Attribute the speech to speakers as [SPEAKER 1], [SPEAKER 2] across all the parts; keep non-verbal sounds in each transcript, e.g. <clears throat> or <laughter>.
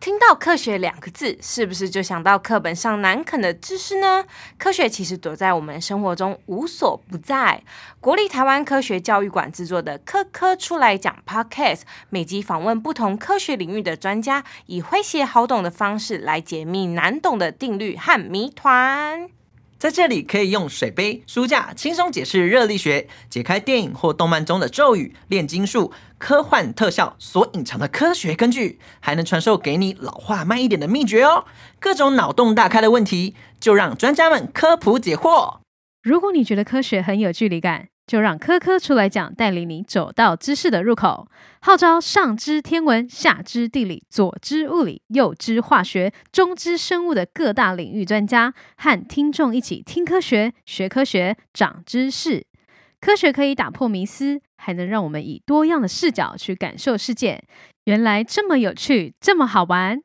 [SPEAKER 1] 听到科学两个字，是不是就想到课本上难啃的知识呢？科学其实躲在我们生活中无所不在。国立台湾科学教育馆制作的《科科出来讲》Podcast，每集访问不同科学领域的专家，以诙谐好懂的方式来解密难懂的定律和谜团。
[SPEAKER 2] 在这里可以用水杯、书架轻松解释热力学，解开电影或动漫中的咒语、炼金术、科幻特效所隐藏的科学根据，还能传授给你老化慢一点的秘诀哦。各种脑洞大开的问题，就让专家们科普解惑。
[SPEAKER 3] 如果你觉得科学很有距离感，就让科科出来讲，带领你走到知识的入口。号召上知天文，下知地理，左知物理，右知化学，中知生物的各大领域专家，和听众一起听科学、学科学、长知识。科学可以打破迷思，还能让我们以多样的视角去感受世界。原来这么有趣，这么好玩。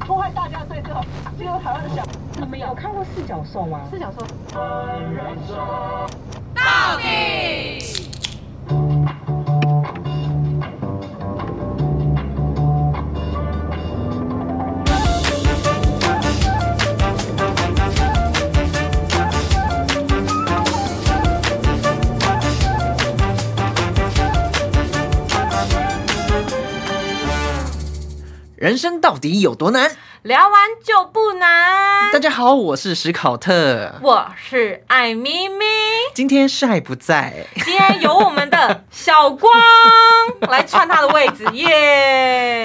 [SPEAKER 4] 破坏大家对这个这个台湾的想法。你们有看过四角兽吗？四角兽。
[SPEAKER 2] 人生到底有多难？
[SPEAKER 1] 聊完就不难
[SPEAKER 2] 大。家好，我是史考特，
[SPEAKER 1] 我是艾咪咪，
[SPEAKER 2] 今天晒不在，
[SPEAKER 1] 今天有我们的小光来串他的位置，
[SPEAKER 5] <laughs>
[SPEAKER 1] 耶、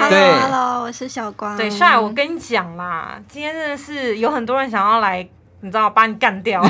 [SPEAKER 2] 对
[SPEAKER 5] Hello Hello，我是小光。
[SPEAKER 1] 对，帅，我跟你讲啦，今天真的是有很多人想要来，你知道，把你干
[SPEAKER 2] <laughs>
[SPEAKER 1] 掉，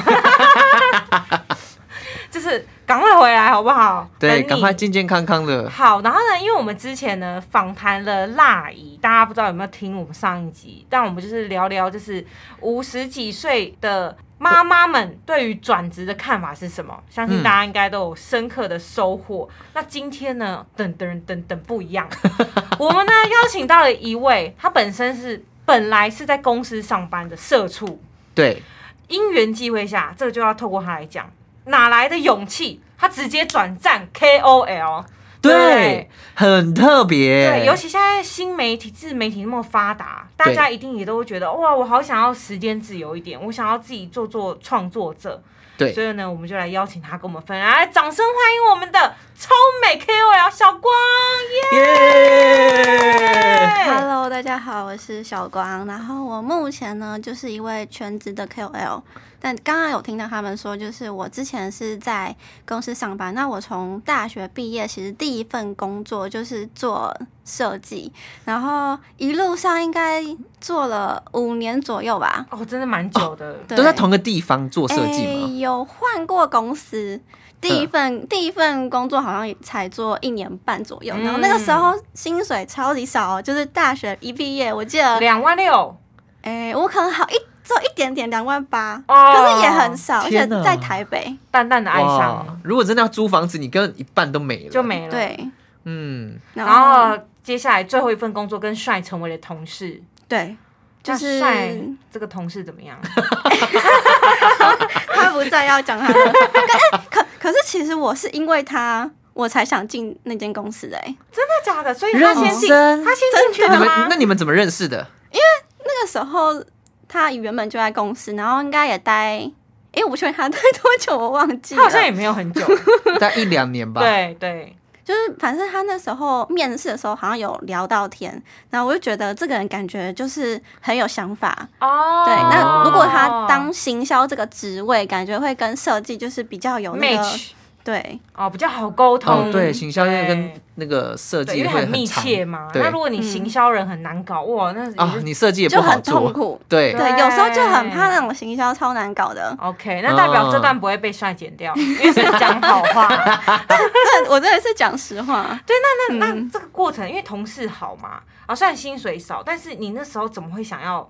[SPEAKER 1] 就是赶快回来好不好？
[SPEAKER 2] 对，
[SPEAKER 1] 等你
[SPEAKER 2] 赶快健健康康的。
[SPEAKER 1] 好，然后呢，因为我们之前呢访谈了辣姨，大家不知道有没有听我们上一集？但我们就是聊聊，就是五十几岁的妈妈们对于转职的看法是什么？相信大家应该都有深刻的收获。那今天呢，等等等等不一样， <laughs> 我们呢邀请到了一位，他本身是本来是在公司上班的社畜，
[SPEAKER 2] 对，
[SPEAKER 1] 因缘际会下，这个就要透过他来讲，哪来的勇气？他直接转战 KOL。
[SPEAKER 2] 对，很特别。
[SPEAKER 1] 对，尤其现在新媒体、自媒体那么发达，大
[SPEAKER 2] 对
[SPEAKER 1] 家一定也都会觉得哇，我好想要时间自由一点，我想要自己做做创作者。
[SPEAKER 2] 对
[SPEAKER 1] 所以呢，我们就来邀请他跟我们分享，来，掌声欢迎我们的超美 KOL 小光
[SPEAKER 2] 耶！
[SPEAKER 1] 耶
[SPEAKER 5] Hello，大家好，我是小光。然后我目前呢就是一位全职的 KOL，但刚刚有听到他们说，就是我之前是在公司上班。那我从大学毕业，其实第一份工作就是做设计，然后一路上应该做了五年左右吧。
[SPEAKER 1] 哦，真的蛮久的，
[SPEAKER 5] 对哎
[SPEAKER 2] 都在同个地方做设计吗？嗯
[SPEAKER 5] 诶有换过公司，第一份、第一份工作好像也才做一年半左右，然后那个
[SPEAKER 1] 嗯
[SPEAKER 5] 时候薪水超级少哦，就是大学一毕业，我记得，
[SPEAKER 1] 两万六
[SPEAKER 5] 哎、我可能好一做一点点，两万八。
[SPEAKER 1] 哦，
[SPEAKER 5] 可是也很少，而且
[SPEAKER 2] 天哪
[SPEAKER 5] 在台北，
[SPEAKER 1] 淡淡的哀
[SPEAKER 2] 哇
[SPEAKER 1] 伤
[SPEAKER 2] 如果真的要租房子，你根本一半都没了，
[SPEAKER 1] 就。没了。，
[SPEAKER 5] 对，
[SPEAKER 2] 嗯，
[SPEAKER 5] 然
[SPEAKER 1] 然后接下来最后一份工作跟帅成为了同事，
[SPEAKER 5] 对，就
[SPEAKER 1] 那
[SPEAKER 5] 是
[SPEAKER 1] 帅这个同事怎么样？
[SPEAKER 5] <laughs> 他不在要讲他的，可可可是其实我是因为他我才想进那间公司的、哎，
[SPEAKER 1] 真的假的？所以他
[SPEAKER 2] 认
[SPEAKER 1] 先进，
[SPEAKER 2] 真
[SPEAKER 1] 他先进去
[SPEAKER 2] 你
[SPEAKER 1] 的
[SPEAKER 2] 们
[SPEAKER 1] 吗
[SPEAKER 2] 那？你们怎么认识的？
[SPEAKER 5] 那个时候他原本就在公司，然后应该也待，哎、我不确定他待多久，我忘记了。
[SPEAKER 1] 他好像也没有很久，
[SPEAKER 2] 大概一两年吧。，
[SPEAKER 1] 对对，
[SPEAKER 5] 就是反正他那时候面试的时候好像有聊到天，然后我就觉得这个人感觉就是很有想法。
[SPEAKER 1] 哦
[SPEAKER 5] 对，那如果他当行销这个职位，感觉会跟设计就是比较有那个
[SPEAKER 1] 哦 match
[SPEAKER 5] 对
[SPEAKER 1] 哦，比较好沟通，
[SPEAKER 5] 嗯
[SPEAKER 2] 哦，对，行销业
[SPEAKER 1] 对
[SPEAKER 2] 跟那个设
[SPEAKER 1] 对
[SPEAKER 2] 计
[SPEAKER 1] 因为
[SPEAKER 2] 会
[SPEAKER 1] 很密
[SPEAKER 2] 长
[SPEAKER 1] 切嘛。
[SPEAKER 2] 对
[SPEAKER 1] 那如果你行销人很难搞，哇，那也
[SPEAKER 2] 啊
[SPEAKER 1] 是，
[SPEAKER 2] 你设计也不
[SPEAKER 5] 就
[SPEAKER 2] 好
[SPEAKER 5] 很痛
[SPEAKER 2] 做。
[SPEAKER 5] 苦。
[SPEAKER 2] 对
[SPEAKER 5] 对，
[SPEAKER 1] 对。
[SPEAKER 5] 有时候就很怕那种行销超难搞的
[SPEAKER 1] OK，那 <laughs> 代
[SPEAKER 2] 啊
[SPEAKER 1] 表这段不会被帅剪掉，因为是讲好
[SPEAKER 2] <laughs>
[SPEAKER 1] 话。
[SPEAKER 5] 这我真的是讲实话，
[SPEAKER 1] 对，那那那
[SPEAKER 5] 嗯
[SPEAKER 1] 这个过程，因为同事好嘛，啊，虽然薪水少，但是你那时候怎么会想要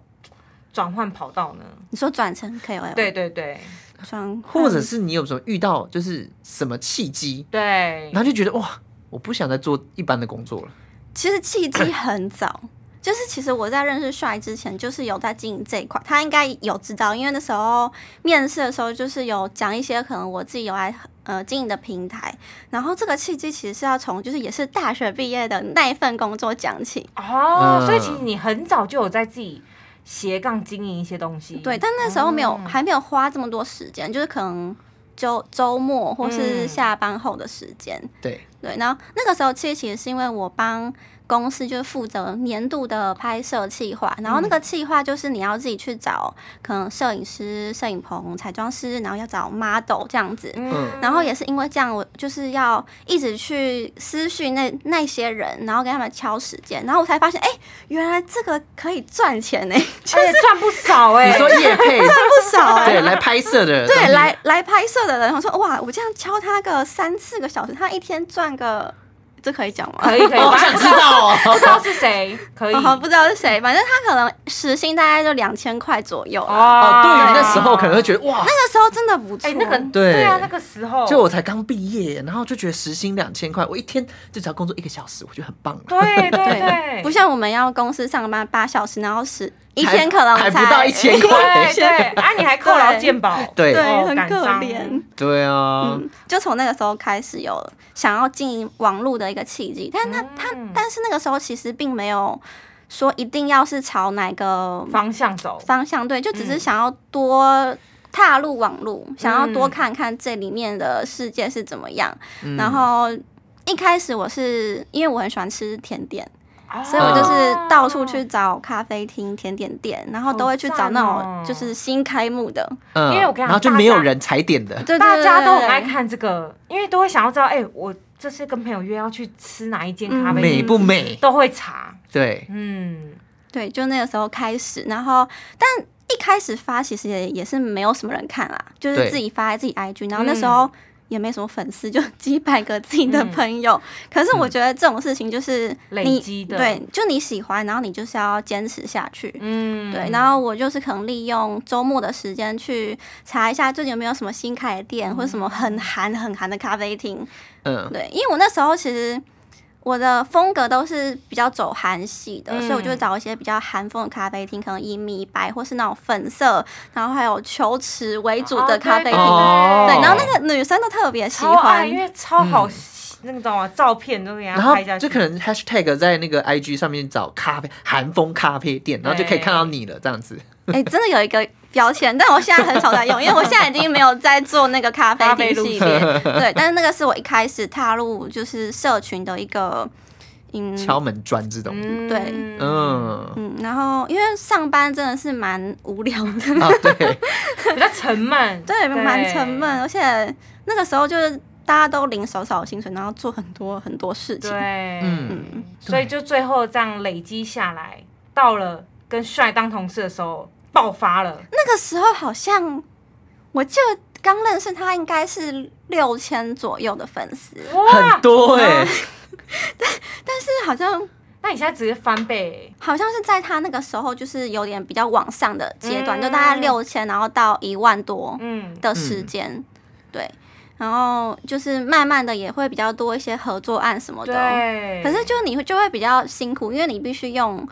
[SPEAKER 1] 转换跑道呢？
[SPEAKER 5] 你说转成 KOL，
[SPEAKER 1] 对，对对
[SPEAKER 5] 转
[SPEAKER 2] 或者是你有什么遇到就是什么契机，
[SPEAKER 1] 对
[SPEAKER 2] 然，后就觉得哇，我不想再做一般的工作了。
[SPEAKER 5] 其实契机很早， <clears throat> 就是其实我在认识帅之前，就是有在经营这一块，他应该有知道，因为那时候面试的时候，就是有讲一些可能我自己有来呃经营的平台，然后这个契机其实是要从就是也是大学毕业的那一份工作讲起，
[SPEAKER 1] 哦，
[SPEAKER 2] 嗯
[SPEAKER 1] 所以其实你很早就有在自己斜杠经营一些东西。
[SPEAKER 5] 对，但那时候没有、
[SPEAKER 1] 嗯
[SPEAKER 5] 还没有花这么多时间，就是可能周周末或是
[SPEAKER 1] 嗯
[SPEAKER 5] 下班后的时间，
[SPEAKER 2] 对，
[SPEAKER 5] 对，然后那个时候其实其实是因为我帮公司就是负责年度的拍摄企划，然后
[SPEAKER 2] 嗯
[SPEAKER 5] 那个企划就是你要自己去找可能摄影师、摄影棚、彩妆师，然后要找 model 这样子。
[SPEAKER 2] 嗯
[SPEAKER 5] 然后也是因为这样，我就是要一直去私讯那那些人，然后跟他们敲时间，然后我才发现，哎、原来这个可以赚钱呢、
[SPEAKER 1] 而且赚不少哎、
[SPEAKER 2] 你说
[SPEAKER 1] <laughs>
[SPEAKER 2] 叶配，
[SPEAKER 5] 不少哎、
[SPEAKER 2] 对，来拍摄的，
[SPEAKER 5] 对，来来拍摄的人，我说哇，我这样敲他个三四个小时，他一天赚个，这可以讲吗？
[SPEAKER 1] 可以可以，
[SPEAKER 2] 哦，我想知道
[SPEAKER 1] <laughs> 不知
[SPEAKER 2] 哦。
[SPEAKER 1] 道是谁，可以。
[SPEAKER 5] 哦，不知道是谁，反正他可能时薪大概就两千块左右啦。
[SPEAKER 1] 啊
[SPEAKER 2] 哦，对于那时候可能会觉得哇，
[SPEAKER 5] 那时候真的不错，
[SPEAKER 1] 哎、那个
[SPEAKER 2] 对
[SPEAKER 1] 对啊，那个时候
[SPEAKER 2] 就我才刚毕业，然后就觉得时薪两千块，我一天就只要工作一个小时，我觉得很棒了。
[SPEAKER 1] 对对对，
[SPEAKER 5] 对，不像我们要公司上班八小时，然后十一天可能
[SPEAKER 2] 还不
[SPEAKER 5] 才
[SPEAKER 2] 到一，
[SPEAKER 1] <laughs>
[SPEAKER 2] 千块
[SPEAKER 1] 对，对，啊，你还扣劳健保，
[SPEAKER 2] 对
[SPEAKER 5] <laughs> 对，
[SPEAKER 1] 哦
[SPEAKER 5] 很
[SPEAKER 1] 感
[SPEAKER 5] 可
[SPEAKER 1] 伤
[SPEAKER 5] 怜。
[SPEAKER 2] 对啊，
[SPEAKER 5] 嗯，就从那个时候开始有想要经营网络的一个契机，但他他、
[SPEAKER 1] 嗯
[SPEAKER 5] 但是那个时候其实并没有说一定要是朝哪个
[SPEAKER 1] 方向走，
[SPEAKER 5] 方向，对，就只是
[SPEAKER 1] 嗯
[SPEAKER 5] 想要多踏入网络，想要多
[SPEAKER 1] 嗯
[SPEAKER 5] 看看这里面的世界是怎么样。
[SPEAKER 2] 嗯
[SPEAKER 5] 然后一开始我是因为我很喜欢吃甜点，所以
[SPEAKER 2] 哦
[SPEAKER 5] 我就是到处去找咖啡厅、甜点店，然后都会去找那
[SPEAKER 1] 好赞哦
[SPEAKER 5] 种就是新开幕的，
[SPEAKER 2] 嗯
[SPEAKER 1] 因为我跟你讲
[SPEAKER 2] 然后就没有人踩点的，
[SPEAKER 5] 对对
[SPEAKER 1] 大家都很
[SPEAKER 5] 对
[SPEAKER 1] 爱看这个，因为都会想要知道，哎、我这次跟朋友约要去吃哪一间咖啡
[SPEAKER 2] 美
[SPEAKER 1] 厅，
[SPEAKER 2] 不美？
[SPEAKER 1] 都会查。
[SPEAKER 2] 对，
[SPEAKER 1] 嗯，
[SPEAKER 5] 对，就那个时候开始，然后但。一开始发其实也也是没有什么人看啦，就
[SPEAKER 2] 对
[SPEAKER 5] 是自己发在自己 IG，然后那时候也没什么粉丝，就几百个自己的
[SPEAKER 1] 嗯
[SPEAKER 5] 朋友。可是我觉得这种事情就是
[SPEAKER 1] 累
[SPEAKER 5] 你
[SPEAKER 1] 积的
[SPEAKER 5] 对，就你喜欢，然后你就是要坚持下去。
[SPEAKER 1] 嗯，
[SPEAKER 5] 对，然后我就是可能利用周末的时间去查一下最近有没有什么新开的店，或者什么
[SPEAKER 1] 嗯
[SPEAKER 5] 很韩很韩的咖啡厅。
[SPEAKER 2] 嗯，
[SPEAKER 5] 对，因为我那时候其实我的风格都是比较走韩系的，
[SPEAKER 1] 嗯
[SPEAKER 5] 所以我就找一些比较韩风的咖啡厅，可能以米白或是那种粉色，然后还有球池为主
[SPEAKER 1] 哦
[SPEAKER 5] 的咖啡厅。
[SPEAKER 2] 哦
[SPEAKER 5] 对，然后那个女生都特别喜
[SPEAKER 1] 超爱，
[SPEAKER 5] 欢
[SPEAKER 1] 因。为超好
[SPEAKER 2] 嗯，
[SPEAKER 1] 那个知道吗？照片都给
[SPEAKER 2] 然
[SPEAKER 1] 他
[SPEAKER 2] 后
[SPEAKER 1] 拍下去，
[SPEAKER 2] 就可能 hashtag 在那个 IG 上面找咖啡韩风咖啡店，然后就可以看到你了，这样子。
[SPEAKER 1] <laughs>
[SPEAKER 5] 哎、真的有一个标签，但我现在很少在用，因为我现在已经没有在做那个咖啡
[SPEAKER 1] 咖啡
[SPEAKER 5] 厅
[SPEAKER 1] 路
[SPEAKER 5] 系
[SPEAKER 1] 线
[SPEAKER 5] 列。对，但是那个是我一开始踏入就是社群的一个，嗯
[SPEAKER 2] 敲门砖这种，
[SPEAKER 1] 嗯
[SPEAKER 5] 对
[SPEAKER 2] 嗯，
[SPEAKER 5] 嗯，然后因为上班真的是蛮无聊
[SPEAKER 1] 嗯 <laughs>
[SPEAKER 5] 的，
[SPEAKER 2] 啊对，
[SPEAKER 1] 比较沉闷，
[SPEAKER 5] 对，蛮沉闷，。而且那个时候就是大家都领少少的薪水，然后做很多很多事情。
[SPEAKER 1] 对，
[SPEAKER 2] 嗯，
[SPEAKER 1] 所以就最后这样累积下来，到了跟帅当同事的时候爆发了，
[SPEAKER 5] 那个时候好像我就刚认识他，应该是六千左右的粉丝，
[SPEAKER 2] 很多哎，
[SPEAKER 5] 但是好像
[SPEAKER 1] 那你现在直接翻倍，
[SPEAKER 5] 好像是在他那个时候就是有点比较往上的阶段，
[SPEAKER 1] 嗯
[SPEAKER 5] 就大概六千，然后到一万多。
[SPEAKER 1] 嗯，
[SPEAKER 5] 的时间，对，然后就是慢慢的也会比较多一些合作案什么的，哦
[SPEAKER 1] 对。
[SPEAKER 5] 可是就你会就会比较辛苦，因为你必须用。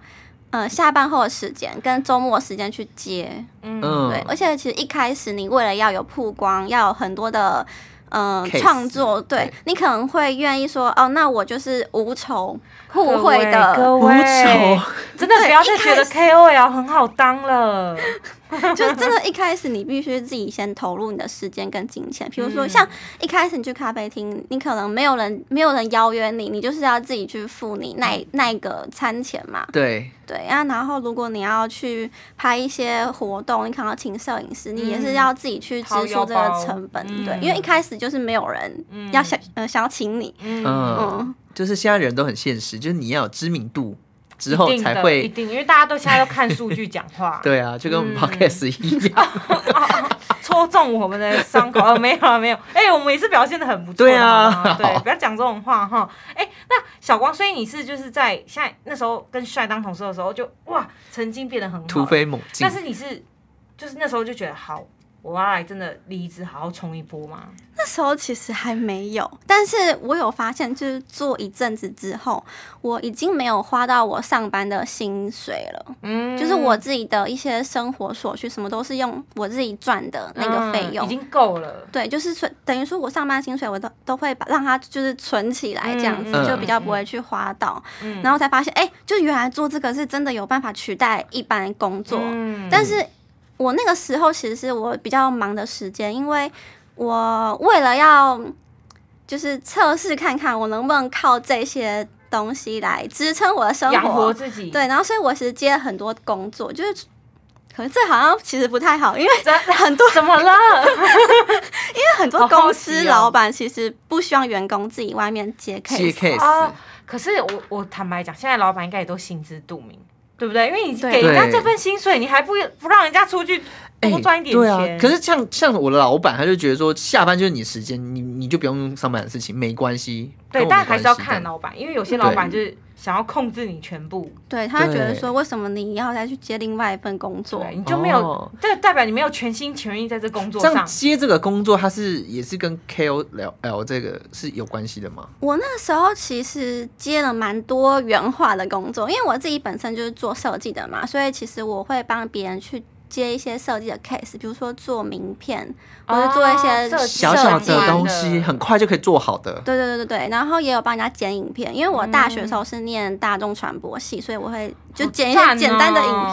[SPEAKER 5] 呃，下班后的时间跟周末的时间去接，
[SPEAKER 1] 嗯，
[SPEAKER 2] 嗯，
[SPEAKER 5] 对，而且其实一开始你为了要有曝光，要有很多的呃
[SPEAKER 2] Case，
[SPEAKER 5] 创作，对
[SPEAKER 2] 对
[SPEAKER 5] 你可能会愿意说，哦，那我就是无酬互
[SPEAKER 1] 各
[SPEAKER 5] 惠
[SPEAKER 1] 位
[SPEAKER 5] 的，
[SPEAKER 1] 各
[SPEAKER 2] 无
[SPEAKER 1] 位
[SPEAKER 2] 仇，
[SPEAKER 1] 真的不要再
[SPEAKER 5] 对一
[SPEAKER 1] 觉得 KOL 很好当了，
[SPEAKER 5] <laughs> 就是真的，一开始你必须自己先投入你的时间跟金钱。比如说，
[SPEAKER 1] 嗯
[SPEAKER 5] 像一开始你去咖啡厅，你可能没有人没有人邀约你，你就是要自己去付你那那个餐钱嘛。
[SPEAKER 2] 对，
[SPEAKER 5] 对啊，然后如果你要去拍一些活动，你可能要请摄影师，你也是要自己去
[SPEAKER 1] 嗯
[SPEAKER 5] 支
[SPEAKER 1] 掏
[SPEAKER 5] 出
[SPEAKER 1] 腰
[SPEAKER 5] 这
[SPEAKER 1] 包
[SPEAKER 5] 个成本。
[SPEAKER 1] 嗯
[SPEAKER 5] 对，因为一开始就是没有人
[SPEAKER 1] 嗯
[SPEAKER 5] 要想、呃想要请你。
[SPEAKER 1] 嗯，
[SPEAKER 2] 嗯，
[SPEAKER 5] 嗯，
[SPEAKER 2] 就是现在人都很现实，就是你要有知名度之后
[SPEAKER 1] 一定的
[SPEAKER 2] 才
[SPEAKER 1] 一
[SPEAKER 2] 会，
[SPEAKER 1] 定，因为大家都现在都看数据讲话，
[SPEAKER 2] <laughs> 对啊，就跟我们
[SPEAKER 1] 嗯
[SPEAKER 2] podcast 一
[SPEAKER 1] <laughs>
[SPEAKER 2] 样，
[SPEAKER 1] 戳中我们的伤口。呃，没有了，没有。哎、我们也是表现的很不错的。
[SPEAKER 2] 对啊
[SPEAKER 1] 好吗对，不要讲这种话哈。哎、那小光，所以你是就是在现在那时候跟帅当同事的时候就，哇，曾经变得很好，
[SPEAKER 2] 突飞猛进
[SPEAKER 1] 但。是你是就是那时候就觉得好，我要来真的离职，好好冲一波嘛。
[SPEAKER 5] 那时候其实还没有，但是我有发现，就是做一阵子之后，我已经没有花到我上班的薪水了，
[SPEAKER 1] 嗯
[SPEAKER 5] 就是我自己的一些生活所需，什么都是用我自己赚的那个费
[SPEAKER 1] 嗯
[SPEAKER 5] 用。
[SPEAKER 1] 已经够了。
[SPEAKER 5] 对，就是存，等于说我上班薪水我都都会把让它就是存起来，这样子、
[SPEAKER 2] 嗯
[SPEAKER 5] 就比较不会去花到，
[SPEAKER 1] 嗯
[SPEAKER 5] 然后才发现，哎、就原来做这个是真的有办法取代一般工作，
[SPEAKER 1] 嗯
[SPEAKER 5] 但是我那个时候其实是我比较忙的时间，因为我为了要就是测试看看我能不能靠这些东西来支撑我的生
[SPEAKER 1] 养活
[SPEAKER 5] 活，
[SPEAKER 1] 自己，
[SPEAKER 5] 对，然后所以我其实接了很多工作，就是。可是这好像其实不太好，因为
[SPEAKER 1] 真的很多怎么了？
[SPEAKER 5] 很多
[SPEAKER 1] 好好
[SPEAKER 5] 公
[SPEAKER 1] 奇
[SPEAKER 5] 司
[SPEAKER 1] 哦
[SPEAKER 5] 老板其实不希望员工自己外面接
[SPEAKER 2] 接
[SPEAKER 5] case，
[SPEAKER 2] case
[SPEAKER 1] 哦。可是我我坦白讲，现在老板应该也都心知肚明，对不对？因为你
[SPEAKER 5] 对
[SPEAKER 1] 给人家
[SPEAKER 2] 对
[SPEAKER 1] 这份薪水，你还不不让人家出去多赚一点
[SPEAKER 2] 对啊
[SPEAKER 1] 钱？，
[SPEAKER 2] 可是像像我的老板，他就觉得说，下班就是你时间，你你就不用上班的事情，没关系。
[SPEAKER 1] 对，
[SPEAKER 2] 跟我
[SPEAKER 1] 但
[SPEAKER 2] 没
[SPEAKER 1] 还
[SPEAKER 2] 关
[SPEAKER 1] 是要
[SPEAKER 2] 系
[SPEAKER 1] 看哦
[SPEAKER 2] 这样
[SPEAKER 1] 老板，因为有些老板就是想要控制你全部，
[SPEAKER 5] 对他会觉得
[SPEAKER 2] 对
[SPEAKER 5] 说为什么你要再去接另外一份工作？
[SPEAKER 1] 对，你就没有
[SPEAKER 2] 哦，
[SPEAKER 1] 这代表你没有全心全意在这工作
[SPEAKER 2] 这样
[SPEAKER 1] 上。
[SPEAKER 2] 接这个工作，他是也是跟 KOL 这个是有关系的吗？
[SPEAKER 5] 我那时候其实接了蛮多元化的工作，因为我自己本身就是做设计的嘛，所以其实我会帮别人去接一些设计的 case，比如说做名片，或者做一些
[SPEAKER 1] 哦设计
[SPEAKER 2] 小
[SPEAKER 5] 设
[SPEAKER 2] 小
[SPEAKER 5] 计
[SPEAKER 2] 的东
[SPEAKER 1] 相关
[SPEAKER 2] 西，
[SPEAKER 1] 的
[SPEAKER 2] 很快就可以做好的。
[SPEAKER 5] 对对对对对，然后也有帮人家剪影片，因为我大学的时候是念大众传播系，所以我会就剪一
[SPEAKER 1] 好赞
[SPEAKER 5] 些
[SPEAKER 1] 哦
[SPEAKER 5] 简单的影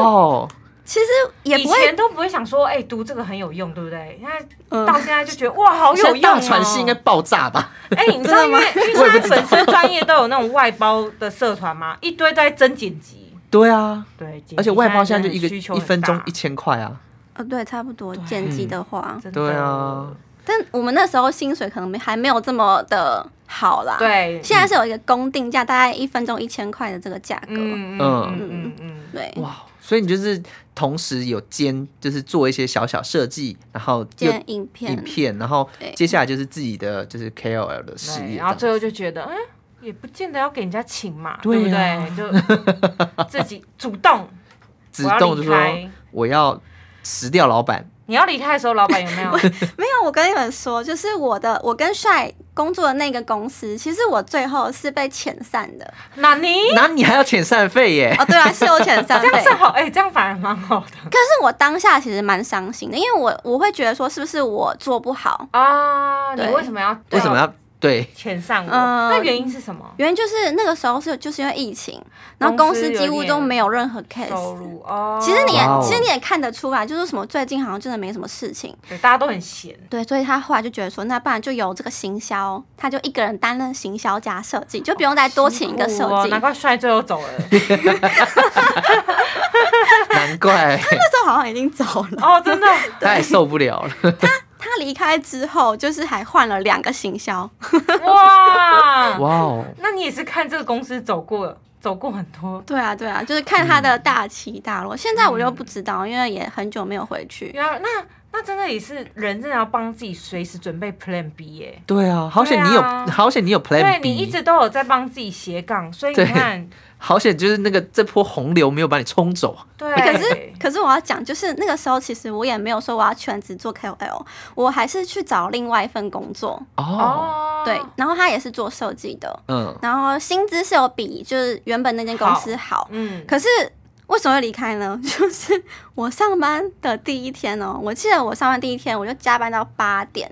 [SPEAKER 2] 哇哦，
[SPEAKER 5] 其实也
[SPEAKER 1] 以
[SPEAKER 5] 不会
[SPEAKER 1] 前都不会想说，哎、读这个很有用，对不对？现在
[SPEAKER 5] 嗯
[SPEAKER 1] 到现在就觉得、哇，好有
[SPEAKER 2] 现在
[SPEAKER 1] 用、
[SPEAKER 2] 大
[SPEAKER 1] 哦！
[SPEAKER 2] 传系应该爆炸吧？
[SPEAKER 1] 哎、你知道因为因为
[SPEAKER 2] 我也
[SPEAKER 1] 现
[SPEAKER 2] 不
[SPEAKER 1] 在
[SPEAKER 2] 知道
[SPEAKER 1] 粉丝专业都有那种外包的社团嘛，一堆都在争剪辑，
[SPEAKER 2] 对啊，
[SPEAKER 1] 对，剪辑
[SPEAKER 2] 而且外包现在就一个
[SPEAKER 1] 现在真的需求
[SPEAKER 2] 一
[SPEAKER 1] 很
[SPEAKER 2] 分钟
[SPEAKER 1] 大
[SPEAKER 2] 一千块啊。
[SPEAKER 5] 呃对，差不多剪辑的 <laughs> 话，
[SPEAKER 1] 真的
[SPEAKER 2] 对啊，
[SPEAKER 5] 但我们那时候薪水可能没还没有这么的好啦。，
[SPEAKER 1] 对，
[SPEAKER 5] 现在是有一个公定价，大概一分钟一千块的这个价格。
[SPEAKER 1] 嗯嗯
[SPEAKER 2] 嗯
[SPEAKER 1] 嗯嗯嗯，
[SPEAKER 5] 对，
[SPEAKER 2] 哇，所以你就是同时有兼，就是做一些小小设计，然后又
[SPEAKER 5] 剪影片，
[SPEAKER 2] 影片，然后
[SPEAKER 5] 对
[SPEAKER 2] 接下来就是自己的就是 KOL 的事
[SPEAKER 1] 对，
[SPEAKER 2] 业这
[SPEAKER 1] 然后
[SPEAKER 2] 样
[SPEAKER 1] 最
[SPEAKER 2] 子。
[SPEAKER 1] 后就觉得，嗯，也不见得要给人家请嘛，
[SPEAKER 2] 对
[SPEAKER 1] 对,、
[SPEAKER 2] 啊
[SPEAKER 1] 不
[SPEAKER 2] <laughs>
[SPEAKER 1] 对？就自己主动，
[SPEAKER 2] 主
[SPEAKER 1] 我要
[SPEAKER 2] 动就
[SPEAKER 1] 离
[SPEAKER 2] 说
[SPEAKER 1] 开
[SPEAKER 2] 我要辞掉老板，
[SPEAKER 1] 你要离开的时候，老板有
[SPEAKER 2] <laughs>
[SPEAKER 1] 没有？
[SPEAKER 5] 没有，我跟你们说，就是我的，我跟帅工作的那个公司，其实我最后是被遣散的。
[SPEAKER 1] 那你
[SPEAKER 2] <laughs> 那你还要遣散费耶？
[SPEAKER 5] 哦，对啊，是有遣散
[SPEAKER 1] <laughs> 这
[SPEAKER 5] 费。
[SPEAKER 1] 样是
[SPEAKER 5] 可
[SPEAKER 1] 好，哎、这样反而蛮好的
[SPEAKER 5] 是我当下其实蛮伤心的，因为我我会觉得说，是不是我做不好？
[SPEAKER 1] 啊！你
[SPEAKER 5] 对
[SPEAKER 1] 为什么要
[SPEAKER 2] 为什么要
[SPEAKER 5] <laughs>
[SPEAKER 2] 对？
[SPEAKER 1] 遣散我？
[SPEAKER 5] 嗯
[SPEAKER 1] 那原因是什么？
[SPEAKER 5] 原因就是那个时候是就是因为疫情，然后公司几乎都没有任何
[SPEAKER 2] 呃
[SPEAKER 1] 收
[SPEAKER 5] case。
[SPEAKER 1] 入哦，
[SPEAKER 5] 其实你也
[SPEAKER 2] 哇哦
[SPEAKER 5] 其实你也看得出来，就是什么最近好像真的没什么事情，
[SPEAKER 1] 对大家都很闲，
[SPEAKER 5] 对，所以他后来就觉得说，那不然就由这个行销，他就一个人担任行销加设计，就不用再多请一个设
[SPEAKER 1] 辛苦哦
[SPEAKER 5] 计。
[SPEAKER 1] 难怪帅最后走了。
[SPEAKER 2] 难怪
[SPEAKER 5] 那时候好像已经走 <laughs> 了。
[SPEAKER 1] 哦，真
[SPEAKER 2] <laughs>
[SPEAKER 1] 的，
[SPEAKER 2] 他也受不了
[SPEAKER 1] <laughs>
[SPEAKER 2] 了。
[SPEAKER 5] 他离开之后，就是还换了两个行销。
[SPEAKER 1] 哇！
[SPEAKER 2] 哇哦，
[SPEAKER 1] 那你也是看这个公司走过，走过很多，
[SPEAKER 5] <laughs> 对啊，对啊，就是看他的大起大落。现在我就不知道，因为也很久没有回去。
[SPEAKER 1] 原来那那真的也是人，真的要帮自己随时准备 Plan B 耶、
[SPEAKER 2] 对啊，好险你有，
[SPEAKER 1] 对啊
[SPEAKER 2] 好险你有
[SPEAKER 1] 对
[SPEAKER 2] Plan
[SPEAKER 1] 你一
[SPEAKER 2] B，
[SPEAKER 1] 直都有在帮自己斜杠，所以你
[SPEAKER 2] 对
[SPEAKER 1] 看，
[SPEAKER 2] 好险就是那个这波洪流没有把你冲走。
[SPEAKER 1] 对，
[SPEAKER 5] 可是，可是我要讲，就是那个时候，其实我也没有说我要全职做 KOL，我还是去找另外一份工作。
[SPEAKER 2] 哦，
[SPEAKER 1] 哦，
[SPEAKER 5] 对，然后他也是做设计的，
[SPEAKER 2] 嗯，
[SPEAKER 5] 然后薪资是有比就是原本那间公司好，
[SPEAKER 1] 嗯，
[SPEAKER 5] 可是为什么会离开呢？ <laughs> 就是我上班的第一天哦，我记得我上班第一天我就加班到八点，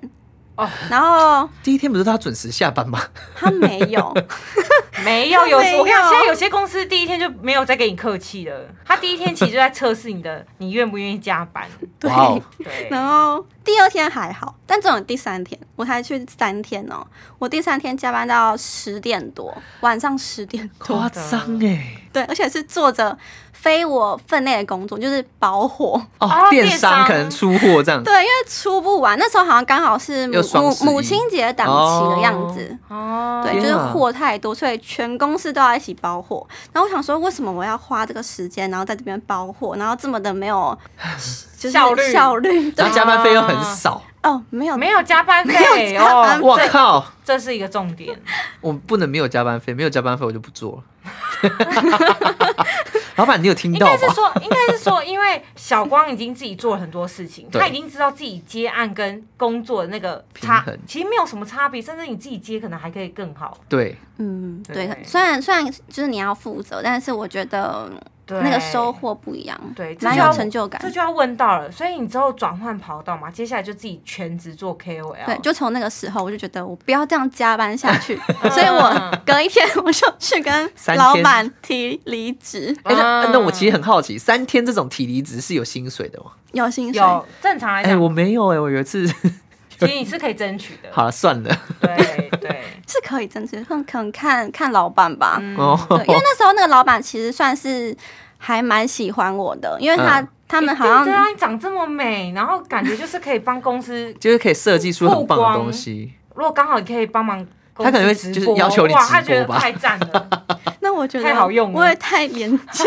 [SPEAKER 1] 哦，
[SPEAKER 5] 然后
[SPEAKER 2] 第一天不是他准时下班吗？
[SPEAKER 5] 他没
[SPEAKER 2] <laughs>
[SPEAKER 5] 有，
[SPEAKER 1] 没有有，
[SPEAKER 5] 没有
[SPEAKER 1] 我跟你讲，现在有些公司第一天就没有再给你客气了，他第一天其实就在测试你的，你愿不愿意加班，
[SPEAKER 5] 对
[SPEAKER 2] 哇哦，
[SPEAKER 1] 对，
[SPEAKER 5] 然后第二天还好，但这种第三天我才去三天哦，我第三天加班到十点多，晚上十点 <laughs>
[SPEAKER 2] 夸
[SPEAKER 5] 多，
[SPEAKER 2] 张哎！
[SPEAKER 5] 对，而且是做着非我分内的工作，就是保火。
[SPEAKER 2] 哦，
[SPEAKER 1] 哦
[SPEAKER 2] 电
[SPEAKER 1] 电
[SPEAKER 2] 商
[SPEAKER 1] 商啊
[SPEAKER 2] 可能出货这样。
[SPEAKER 5] 对，因为出不完，那时候好像刚好是母
[SPEAKER 2] 嗯又双
[SPEAKER 5] 母
[SPEAKER 2] 十一
[SPEAKER 5] 母亲节档期的样子，
[SPEAKER 1] 哦，
[SPEAKER 5] 对，
[SPEAKER 2] 天
[SPEAKER 5] 就是
[SPEAKER 2] 啊
[SPEAKER 5] 货太多，所以全公司都要一起包货。然后我想说，为什么我要花这个时间，然后在这边包货，然后这么的
[SPEAKER 2] <laughs>
[SPEAKER 5] 没有就是
[SPEAKER 1] 效率
[SPEAKER 5] 效率？对
[SPEAKER 2] 然后加班费又很少，
[SPEAKER 5] 哦，没有
[SPEAKER 1] 没有加班
[SPEAKER 5] 没有
[SPEAKER 1] 费
[SPEAKER 5] 加班
[SPEAKER 1] 哦，
[SPEAKER 5] 对
[SPEAKER 2] 我靠！
[SPEAKER 1] 这是一个重点。
[SPEAKER 2] 我不能没有加班费，没有加班费我就不做了。
[SPEAKER 1] <laughs>
[SPEAKER 2] 老板，你有听
[SPEAKER 1] 应
[SPEAKER 2] 到
[SPEAKER 1] 该是
[SPEAKER 2] 吧？
[SPEAKER 1] 说，
[SPEAKER 2] <laughs>
[SPEAKER 1] 应该是说，因为小光已经自己做了很多事情，
[SPEAKER 2] 对
[SPEAKER 1] 他已经知道自己接案跟工作的那个差
[SPEAKER 2] 平衡，
[SPEAKER 1] 其实没有什么差别，甚至你自己接可能还可以更好。
[SPEAKER 2] 对，
[SPEAKER 5] 嗯，对
[SPEAKER 1] 对，
[SPEAKER 5] 虽然虽然就是你要负责，但是我觉得
[SPEAKER 1] 对，
[SPEAKER 5] 那个收获不一样，
[SPEAKER 1] 对这
[SPEAKER 5] 蛮
[SPEAKER 1] 就
[SPEAKER 5] 有
[SPEAKER 1] 要
[SPEAKER 5] 成就感
[SPEAKER 1] 这。就要问到了，所以你之后转换跑道嘛，接下来就自己全职做 KOL，
[SPEAKER 5] 对，就从那个时候我就觉得我不要这样加班下
[SPEAKER 1] <laughs>
[SPEAKER 5] 去，所以
[SPEAKER 1] 嗯
[SPEAKER 5] 我隔一天我就去跟
[SPEAKER 2] 三
[SPEAKER 5] 老
[SPEAKER 2] 天
[SPEAKER 5] 板提离职，
[SPEAKER 2] 哎、那
[SPEAKER 1] 嗯
[SPEAKER 2] 那我其实很好奇，三天这种体离职是有薪水的吗？
[SPEAKER 5] 有薪水。
[SPEAKER 1] 有正常来
[SPEAKER 2] 哎、
[SPEAKER 1] 讲，
[SPEAKER 2] 我没有哎、我有一次， <laughs>
[SPEAKER 1] 其实你是可以争取的。
[SPEAKER 2] 好了，算了。
[SPEAKER 1] 对
[SPEAKER 2] <laughs>
[SPEAKER 1] 对，
[SPEAKER 5] 是可以增值，可能可能看看老板吧。
[SPEAKER 1] 嗯
[SPEAKER 2] 哦，
[SPEAKER 5] <laughs> 对，因为那时候那个老板其实算是还蛮喜欢我的，因为他、
[SPEAKER 2] 嗯
[SPEAKER 5] 他们好
[SPEAKER 1] 对
[SPEAKER 5] 像
[SPEAKER 1] 啊，你长这么美，然后感觉就是可以帮公司，
[SPEAKER 2] <laughs> 就是可以设计出很棒的东西。
[SPEAKER 1] 如果刚好你可以帮忙公司直播。
[SPEAKER 2] 他可能会就是要求你
[SPEAKER 1] 哇，他
[SPEAKER 2] 直播
[SPEAKER 1] 觉得
[SPEAKER 2] 吧
[SPEAKER 1] 太赞
[SPEAKER 2] <laughs>
[SPEAKER 1] 了，
[SPEAKER 5] 那我觉得
[SPEAKER 1] 太好用了
[SPEAKER 5] 我也太廉价，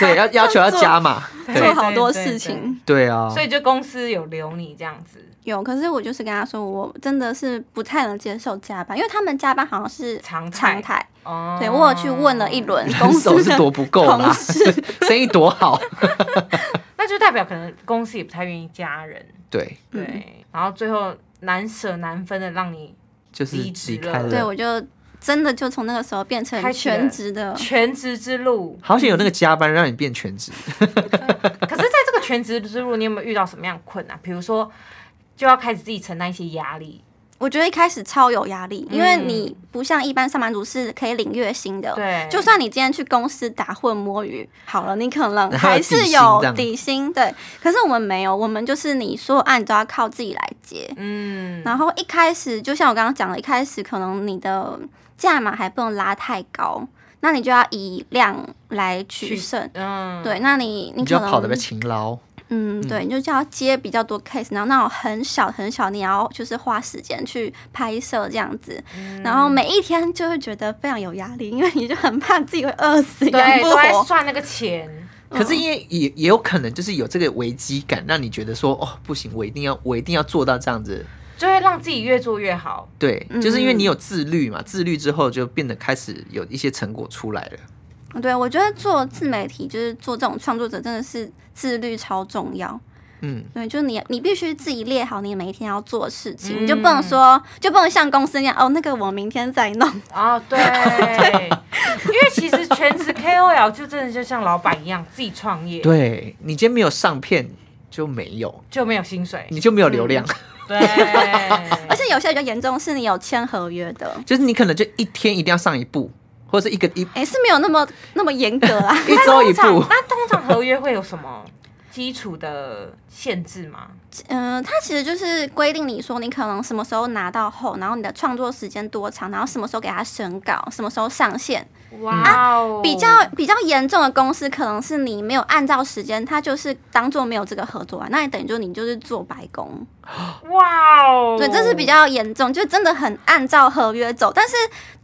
[SPEAKER 2] 对，
[SPEAKER 1] <laughs>
[SPEAKER 2] 要要求要加码。
[SPEAKER 5] 做
[SPEAKER 1] 对
[SPEAKER 2] 对
[SPEAKER 5] 好多
[SPEAKER 1] 对
[SPEAKER 5] 事
[SPEAKER 1] 对
[SPEAKER 5] 情
[SPEAKER 2] 对啊，
[SPEAKER 1] 所以就公司有留你这样子，
[SPEAKER 5] 有。可是我就是跟他说，我真的是不太能接受加班，因为他们加班好
[SPEAKER 2] <laughs>
[SPEAKER 5] 像是
[SPEAKER 1] 常态
[SPEAKER 5] 常态。
[SPEAKER 1] 哦，
[SPEAKER 5] 对我有去问了一，轮公
[SPEAKER 2] 人 <laughs> 嗯手
[SPEAKER 5] 司
[SPEAKER 2] 是
[SPEAKER 5] 的
[SPEAKER 2] 多不够啦
[SPEAKER 5] 同事，
[SPEAKER 2] <laughs> 生意多好。
[SPEAKER 1] 那就代表可能公司也不太愿意加人，
[SPEAKER 2] 对，
[SPEAKER 5] 嗯
[SPEAKER 1] 对，然后最后难舍难分的让你
[SPEAKER 2] 就是
[SPEAKER 1] 离职
[SPEAKER 2] 离开
[SPEAKER 1] 了
[SPEAKER 5] 对
[SPEAKER 2] 了。
[SPEAKER 5] 我就真的就从那个时候变成
[SPEAKER 1] 开启了
[SPEAKER 5] 全职的。
[SPEAKER 1] 全职之路。
[SPEAKER 2] 好险有那个加班让你变全职。
[SPEAKER 1] 可是，在这个全职之路，你有没有遇到什么样的困难？比如说，就要开始自己承担一些压力，
[SPEAKER 5] 我觉得一开始超有压力，因为
[SPEAKER 1] 嗯
[SPEAKER 5] 你不像一般上班族是可以领月薪的，
[SPEAKER 1] 对，
[SPEAKER 5] 就算你今天去公司打混摸鱼，好了，你可能
[SPEAKER 2] 然后有
[SPEAKER 5] 还
[SPEAKER 2] 底薪
[SPEAKER 5] 是
[SPEAKER 2] 这
[SPEAKER 5] 有
[SPEAKER 2] 样
[SPEAKER 5] 底薪，对。可是我们没有，我们就是你所有案你都要靠自己来接。
[SPEAKER 1] 嗯，
[SPEAKER 5] 然后一开始就像我刚刚讲的，一开始可能你的价码还不能拉太高，那你就要以量来取
[SPEAKER 1] 取
[SPEAKER 5] 胜。
[SPEAKER 1] 嗯，
[SPEAKER 5] 对，那你你
[SPEAKER 2] 你就
[SPEAKER 5] 可
[SPEAKER 2] 要跑得
[SPEAKER 5] 能
[SPEAKER 2] 比较勤劳，
[SPEAKER 5] 嗯，对，你就叫要接比较多 case，然后那种很小很小，你要就是花时间去拍摄这样子，然
[SPEAKER 1] 嗯
[SPEAKER 5] 后每一天就会觉得非常有压力，因为你就很怕自己会饿死，养
[SPEAKER 1] 对，
[SPEAKER 5] 不
[SPEAKER 1] 都在
[SPEAKER 5] 活。
[SPEAKER 1] 算那个钱，
[SPEAKER 2] 可是因为也也有可能就是有这个危机感，让你觉得说哦不行，我一定要我一定要做到这样子。
[SPEAKER 1] 就会让自己越做越好。
[SPEAKER 2] 对，就是因为
[SPEAKER 5] 嗯
[SPEAKER 2] 你有自律嘛，自律之后就变得开始有一些成果出来了。
[SPEAKER 5] 对，我觉得做自媒体就是做这种创作者，真的是自律超重要。
[SPEAKER 2] 嗯，
[SPEAKER 5] 对，就是你，你必须自己列好你每一天要做的事情，
[SPEAKER 1] 嗯
[SPEAKER 5] 你就不能说，就不能像公司那样，哦，那个我明天再弄。 <laughs>
[SPEAKER 1] 啊，对，因为其实全职 KOL 就真的就像老板一样，自己创业，
[SPEAKER 2] 对你今天没有上片就没有，
[SPEAKER 1] 就没有薪水，
[SPEAKER 2] 你就没有流量，
[SPEAKER 5] 嗯
[SPEAKER 1] 对，
[SPEAKER 5] 而且有些比较严重是你有签合约的，
[SPEAKER 2] <laughs> 就是你可能就一天一定要上一部，或者是一个一
[SPEAKER 5] 哎，是没有那么那么严格啊啦。
[SPEAKER 2] 一周一
[SPEAKER 1] 通常
[SPEAKER 2] 部。
[SPEAKER 1] 那通常合约会有什么基础的限制吗？
[SPEAKER 5] 嗯、它其实就是规定你说你可能什么时候拿到后，然后你的创作时间多长，然后什么时候给它审稿，什么时候上线。
[SPEAKER 1] 哇哦，
[SPEAKER 5] 啊比较比较严重的公司，可能是你没有按照时间，它就是当做没有这个合作啊，那你等于就你就是做白工。
[SPEAKER 1] 哇哦，
[SPEAKER 5] 对，这是比较严重，就真的很按照合约走。但是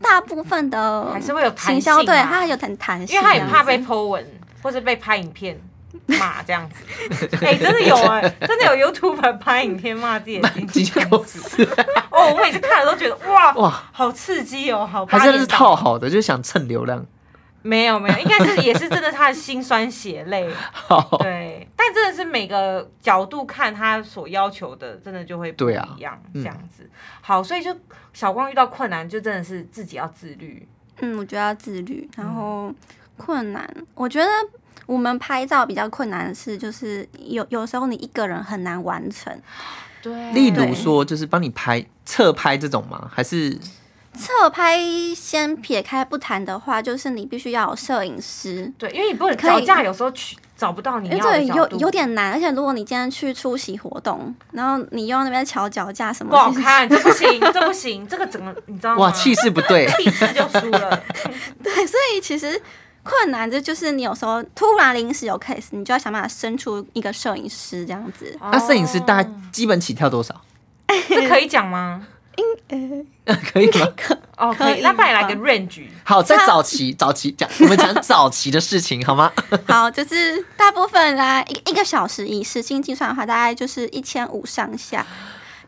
[SPEAKER 5] 大部分的
[SPEAKER 1] 还是会有弹性啊
[SPEAKER 5] 行销，对它还有很弹性，
[SPEAKER 1] 因为他也怕被。剖文或者被拍影片骂这样子。 <laughs> 哎、真的有哎、真的有 YouTube 拍影片骂自己
[SPEAKER 2] <laughs>
[SPEAKER 1] 的经
[SPEAKER 2] 经
[SPEAKER 1] 纪
[SPEAKER 2] 纪
[SPEAKER 5] <laughs>
[SPEAKER 2] 公司
[SPEAKER 1] 哦，我每次看了都觉得哇
[SPEAKER 2] 哇，
[SPEAKER 1] 好刺激哦，好
[SPEAKER 2] 还
[SPEAKER 1] 八
[SPEAKER 2] 真的是
[SPEAKER 1] 点档。
[SPEAKER 2] 套好的，就是想蹭流量。
[SPEAKER 1] 没有没有，应该是也是真的他的辛酸血泪，
[SPEAKER 2] 好，
[SPEAKER 1] 对。但真的是每个角度看他所要求的，真的就会不
[SPEAKER 2] 对啊
[SPEAKER 1] 一样
[SPEAKER 2] 嗯
[SPEAKER 1] 这样子。好，所以就小光遇到困难，就真的是自己要自律。
[SPEAKER 5] 嗯，我觉得要自律，
[SPEAKER 1] 嗯
[SPEAKER 5] 然后困难，我觉得我们拍照比较困难的是，就是有有时候你一个人很难完成。
[SPEAKER 1] 对
[SPEAKER 2] 例如说，就是帮你拍侧拍这种吗？还是
[SPEAKER 5] 侧拍先撇开不谈的话，就是你必须要有摄影师。
[SPEAKER 1] 对，因为你不能
[SPEAKER 5] 可
[SPEAKER 1] 脚
[SPEAKER 5] 以
[SPEAKER 1] 架，有时候去找不到你
[SPEAKER 5] 因
[SPEAKER 1] 要
[SPEAKER 5] 为
[SPEAKER 1] 的
[SPEAKER 5] 这个
[SPEAKER 1] 角
[SPEAKER 5] 有
[SPEAKER 1] 度
[SPEAKER 5] 有点难，而且如果你今天去出席活动，然后你又要那边瞧脚架什么，
[SPEAKER 1] 不好看，这不行，这不行，这个整个你知道吗？
[SPEAKER 2] <laughs> 哇气势不对？
[SPEAKER 1] <laughs> 气势就输
[SPEAKER 2] <laughs>
[SPEAKER 1] 了。
[SPEAKER 5] <laughs> 对，所以其实困难的就是你有时候突然临时有 case，你就要想办法生出一个摄影师这样子。
[SPEAKER 2] 那啊摄影师大
[SPEAKER 1] 哦
[SPEAKER 2] 概基本起跳多少？ <laughs>
[SPEAKER 1] 这可以讲吗？
[SPEAKER 2] 可以
[SPEAKER 1] <laughs>
[SPEAKER 2] 吗？
[SPEAKER 1] 哦，可
[SPEAKER 5] 可
[SPEAKER 1] 以，
[SPEAKER 5] 以
[SPEAKER 1] 那不然你来个
[SPEAKER 5] 吧
[SPEAKER 1] range，
[SPEAKER 2] 好，在早期早期讲，我们讲早期的事情好
[SPEAKER 1] <laughs>
[SPEAKER 2] 吗？
[SPEAKER 5] 好，就是大部分啦，一一个小时以时薪计算的话，大概就是一千五上下。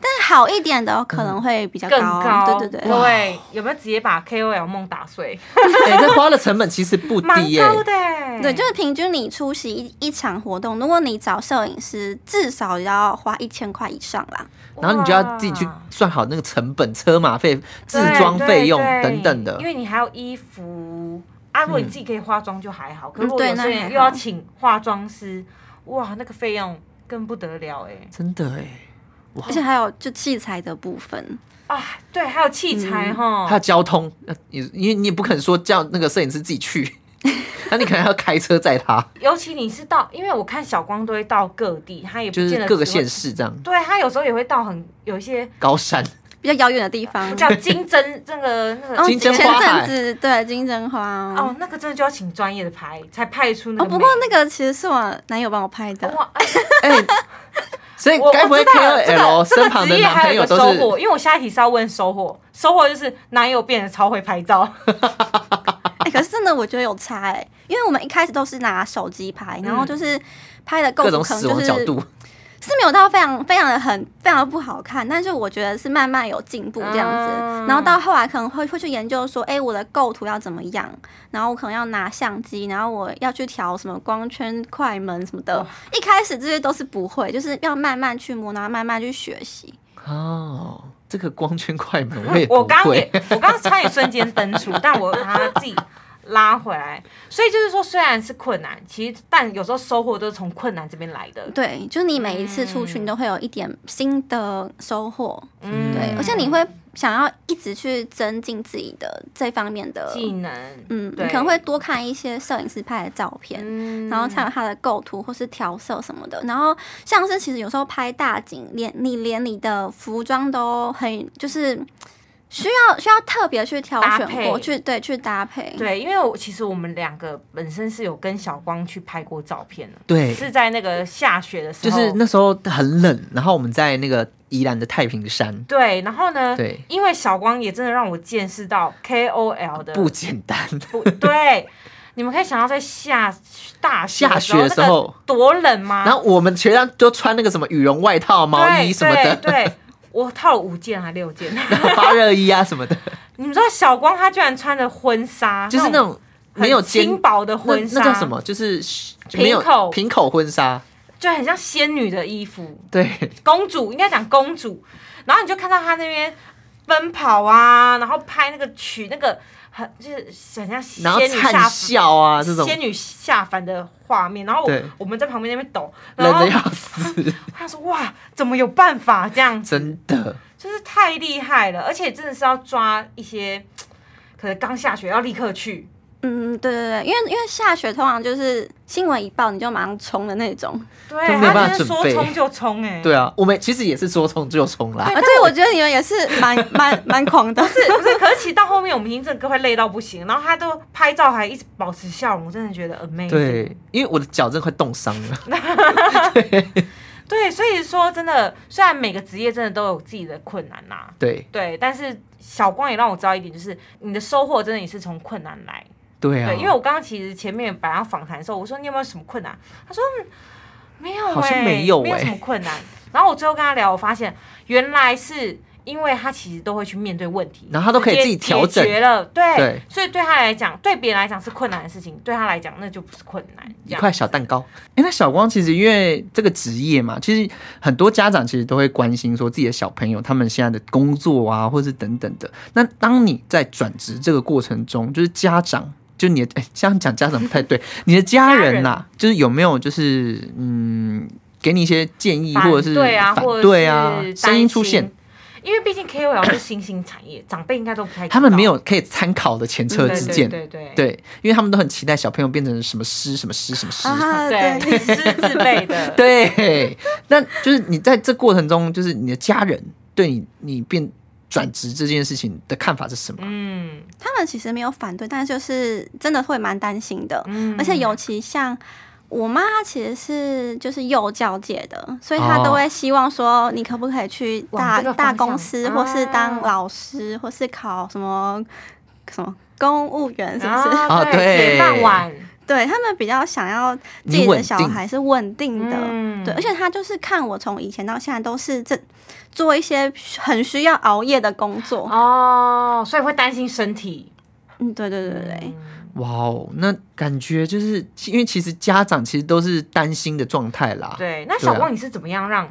[SPEAKER 5] 但好一点的可能会比较
[SPEAKER 1] 更
[SPEAKER 5] 高，
[SPEAKER 1] 高，
[SPEAKER 5] 对对对，
[SPEAKER 1] 各位有没有直接把 KOL 梦打碎？
[SPEAKER 2] 哎、这花的成本其实不
[SPEAKER 1] 蛮
[SPEAKER 2] <laughs> 低耶、
[SPEAKER 1] 高的欸、
[SPEAKER 5] 对，就是平均你出席一一场活动，如果你找摄影师，至少要花一千块以上啦。
[SPEAKER 2] 然后你就要自己去
[SPEAKER 1] 哇
[SPEAKER 2] 算好那个成本、车马费、置
[SPEAKER 1] 对
[SPEAKER 2] 装费用
[SPEAKER 1] 对对
[SPEAKER 2] 等等的嗯
[SPEAKER 1] 因。为你还有衣服啊，如果你自己可以化妆就还好，可是如果
[SPEAKER 5] 嗯对
[SPEAKER 1] 有些
[SPEAKER 5] 那还
[SPEAKER 1] 人
[SPEAKER 5] 好
[SPEAKER 1] 又要请化妆师，哇，那个费用更不得了哎、
[SPEAKER 2] 真的哎、
[SPEAKER 5] 而且还有就器材的部分，
[SPEAKER 1] 啊，对，还有器
[SPEAKER 2] 嗯
[SPEAKER 1] 材哈、
[SPEAKER 2] 还有交通，呃你因为你也不肯说叫那个摄影师自己去， <laughs> 那你可能还要开车载他，
[SPEAKER 1] <laughs> 尤其你是到，因为我看小光都会到各地，他也不
[SPEAKER 2] 就
[SPEAKER 1] 见
[SPEAKER 2] 是
[SPEAKER 1] 得
[SPEAKER 2] 各个
[SPEAKER 1] 只会
[SPEAKER 2] 县，市这样，
[SPEAKER 1] 对他有时候也会到很有一些 <laughs>
[SPEAKER 2] 高山。
[SPEAKER 5] 比较遥远的地
[SPEAKER 2] <laughs>
[SPEAKER 5] 方。
[SPEAKER 1] 叫金针那个那个
[SPEAKER 5] 哦
[SPEAKER 2] 金针
[SPEAKER 5] 前
[SPEAKER 2] 花海
[SPEAKER 5] 阵子对金针花
[SPEAKER 1] 哦
[SPEAKER 5] 哦，，
[SPEAKER 1] 那个真的就要请专业的拍才拍出那
[SPEAKER 5] 哦
[SPEAKER 1] 个美。
[SPEAKER 5] 不过那个其实是我男友帮我拍的，
[SPEAKER 1] 哇，哎
[SPEAKER 2] 哎、所以
[SPEAKER 1] 我
[SPEAKER 2] 哎该不会
[SPEAKER 1] 我知道了
[SPEAKER 2] K
[SPEAKER 1] 这
[SPEAKER 2] O L 哦
[SPEAKER 1] 个这
[SPEAKER 2] 身
[SPEAKER 1] 个
[SPEAKER 2] 旁
[SPEAKER 1] 职
[SPEAKER 2] 的
[SPEAKER 1] 业
[SPEAKER 2] 男
[SPEAKER 1] 还
[SPEAKER 2] 朋
[SPEAKER 1] 有
[SPEAKER 2] 友
[SPEAKER 1] 一个
[SPEAKER 2] 都
[SPEAKER 1] 收
[SPEAKER 2] 是
[SPEAKER 1] 获，因为我下一题是要问收获，收获就是男友变得超会拍照，
[SPEAKER 5] <laughs> 哎、可是真的我觉得有差哎、因为我们一开始都是拿手机拍，然后就是拍的
[SPEAKER 2] 嗯
[SPEAKER 5] 构
[SPEAKER 2] 各
[SPEAKER 5] 图
[SPEAKER 2] 种
[SPEAKER 5] 可能
[SPEAKER 2] 死
[SPEAKER 5] 就
[SPEAKER 2] 亡
[SPEAKER 5] 是
[SPEAKER 2] 角度，
[SPEAKER 5] 是没有到非常非常的很非常的不好看，但是我觉得是慢慢有进步这样子。
[SPEAKER 1] 嗯
[SPEAKER 5] 然后到后来可能会会去研究说，哎、我的构图要怎么样，然后我可能要拿相机，然后我要去调什么光圈、快门什么的
[SPEAKER 1] 哇。
[SPEAKER 5] 一开始这些都是不会，就是要慢慢去摸，然后慢慢去学习。
[SPEAKER 2] 哦，这个光圈快门我也
[SPEAKER 1] <laughs> 我
[SPEAKER 2] 不
[SPEAKER 1] 刚刚也
[SPEAKER 2] 会，
[SPEAKER 1] 我刚刚差点瞬间登出，但我把它自己拉回来。所以就是说，虽然是困难，其实但有时候收获都是从困难这边来的。
[SPEAKER 5] 对，就是你每一次出去，你都会有一点新的收获。
[SPEAKER 1] 嗯，
[SPEAKER 5] 对，而且你会想要一直去增进自己的这方面的。
[SPEAKER 1] 技能，
[SPEAKER 5] 嗯，你
[SPEAKER 1] 对
[SPEAKER 5] 可能会多看一些摄影师拍的照片，
[SPEAKER 1] 嗯
[SPEAKER 5] 然后才有它的构图或是调色什么的。然后像是其实有时候拍大景，连你连你的服装都很就是需要需要特别去挑
[SPEAKER 1] 搭
[SPEAKER 5] 选
[SPEAKER 1] 配
[SPEAKER 5] 过去，对，去搭配。
[SPEAKER 1] 对，因为我其实我们两个本身是有跟小光去拍过照片的，
[SPEAKER 2] 对，
[SPEAKER 1] 是哦在那个下雪的时
[SPEAKER 2] 就
[SPEAKER 1] 候，
[SPEAKER 2] 是那时候很冷，然后我们在那个宜兰的太平山，
[SPEAKER 1] 对，然后呢，
[SPEAKER 2] 对，
[SPEAKER 1] 因为小光也真的让我见识到 KOL 的
[SPEAKER 2] 不简单，
[SPEAKER 1] 不 <laughs> 对，你们可以想到在下大雪
[SPEAKER 2] 下雪的时
[SPEAKER 1] 那个
[SPEAKER 2] 候
[SPEAKER 1] 多冷吗？
[SPEAKER 2] 然后我们学长都穿那个什么羽绒外套、毛衣
[SPEAKER 1] 啊对
[SPEAKER 2] 什么的，
[SPEAKER 1] 对对，我套了五件还六件。 <laughs>
[SPEAKER 2] 然后发热衣啊什么的，
[SPEAKER 1] 你们知道小光他居然穿着婚纱，
[SPEAKER 2] 就是那种
[SPEAKER 1] 很
[SPEAKER 2] 没有肩
[SPEAKER 1] 轻薄的
[SPEAKER 2] 那
[SPEAKER 1] 婚纱，
[SPEAKER 2] 那叫什？么？就是没有
[SPEAKER 1] 平口
[SPEAKER 2] 平口婚纱，
[SPEAKER 1] 就很像仙女的衣服，
[SPEAKER 2] 对，
[SPEAKER 1] 公主应该讲公主。然后你就看到他那边奔跑啊，然后拍那个曲，那个很就是很像仙
[SPEAKER 2] 然后
[SPEAKER 1] 女下
[SPEAKER 2] 灿笑啊这种，
[SPEAKER 1] 仙女下凡的画面，然后我
[SPEAKER 2] 对
[SPEAKER 1] 我们在旁边那边抖，然
[SPEAKER 2] 冷
[SPEAKER 1] 后
[SPEAKER 2] 的要死，
[SPEAKER 1] 他说哇，怎么有办法这样子？
[SPEAKER 2] 真的。
[SPEAKER 1] 就是太厉害了，而且真的是要抓一些，可能刚下雪要立刻去，
[SPEAKER 5] 嗯，对对对，因为因为下雪通常就是新闻一报你就马上冲的那种。
[SPEAKER 1] 对，
[SPEAKER 2] 就没有办法
[SPEAKER 1] 他真的说
[SPEAKER 2] 准备
[SPEAKER 1] 冲就冲哎、欸，
[SPEAKER 2] 对啊，我们其实也是说冲就冲啦
[SPEAKER 5] 啊，，对，我觉得你们也是蛮
[SPEAKER 1] <laughs>
[SPEAKER 5] 蛮蛮狂的。
[SPEAKER 1] 是不是？可是其实到后面我们已经真的快累到不行，然后他都拍照还一直保持笑容，我真的觉得 amazing。
[SPEAKER 2] 对，因为我的脚真的快冻伤了，
[SPEAKER 1] 对所以说真的，虽然每个职业真的都有自己的困难呐、
[SPEAKER 2] 对
[SPEAKER 1] 对，但是小光也让我知道一点，就是你的收获真的也是从困难来。
[SPEAKER 2] 对啊，
[SPEAKER 1] 对，因为我刚刚其实前面本来要访谈的时候，我说你有没有什么困难？他说、嗯没有、欸，
[SPEAKER 2] 好像没有
[SPEAKER 1] 没有
[SPEAKER 2] 欸
[SPEAKER 1] 什么困难。 <laughs> 然后我最后跟他聊，我发现原来是因为他其实都会去面对问题，
[SPEAKER 2] 然后他都可
[SPEAKER 1] 直
[SPEAKER 2] 以
[SPEAKER 1] 接
[SPEAKER 2] 自己调整
[SPEAKER 1] 解决了，对，
[SPEAKER 2] 对
[SPEAKER 1] 所以对他来讲，对别人来讲是困难的事情，对他来讲那就不是困难。这
[SPEAKER 2] 一
[SPEAKER 1] 样
[SPEAKER 2] 块小蛋糕。哎、那小光其实因为这个职业嘛，其实很多家长其实都会关心说自己的小朋友他们现在的工作啊，或是等等的。那当你在转职这个过程中，就是家长。就你的，哎、这样讲家长不太
[SPEAKER 1] <laughs>
[SPEAKER 2] 对，你的家人呐、就是有没有就是嗯，给你一些建议，
[SPEAKER 1] 反
[SPEAKER 2] 或者是
[SPEAKER 1] 对啊，
[SPEAKER 2] 反
[SPEAKER 1] 或者
[SPEAKER 2] 对啊，
[SPEAKER 1] 是
[SPEAKER 2] 声
[SPEAKER 1] 担
[SPEAKER 2] 音出
[SPEAKER 1] 心
[SPEAKER 2] 现，。
[SPEAKER 1] 因为毕竟 KOL 是新兴产业，长辈应该都不太知道
[SPEAKER 2] <coughs> 他们没有可以参考的前车
[SPEAKER 1] 对
[SPEAKER 2] 之鉴，
[SPEAKER 1] 对对对
[SPEAKER 2] 对，因为他们都很期待小朋友变成什么师什么师什么师，
[SPEAKER 5] 啊，
[SPEAKER 1] 对，对，师字辈的，
[SPEAKER 2] <laughs> 对，那就是你在这过程中，就是你的家人对你你变转职这件事情的看法是什么？
[SPEAKER 1] 嗯
[SPEAKER 5] 他们其实没有反对，但是就是真的会蛮担心的。
[SPEAKER 1] 嗯，
[SPEAKER 5] 而且尤其像我妈，她其实是就是幼教界的，所以她都会希望说，你可不可以去
[SPEAKER 1] 哦往
[SPEAKER 5] 大
[SPEAKER 1] 这个方
[SPEAKER 5] 大
[SPEAKER 1] 向
[SPEAKER 5] 公司，
[SPEAKER 1] 啊
[SPEAKER 5] 或是当老师，或是考什么什么公务员，是不是？
[SPEAKER 1] 啊
[SPEAKER 2] 啊对
[SPEAKER 1] 铁饭碗，
[SPEAKER 5] <laughs> 对他们比较想要自
[SPEAKER 2] 你
[SPEAKER 5] 己的
[SPEAKER 2] 稳
[SPEAKER 5] 小
[SPEAKER 2] 定
[SPEAKER 5] 孩是稳定的，
[SPEAKER 1] 嗯
[SPEAKER 5] 对，而且他就是看我从以前到现在都是这做一些很需要熬夜的工作，
[SPEAKER 1] 哦，所以会担心身体。
[SPEAKER 5] 嗯，对对对对对，
[SPEAKER 2] 哇哦，那感觉就是因为其实家长其实都是担心的状态啦。，
[SPEAKER 1] 对，那小
[SPEAKER 2] 对啊
[SPEAKER 1] 光你是怎么样让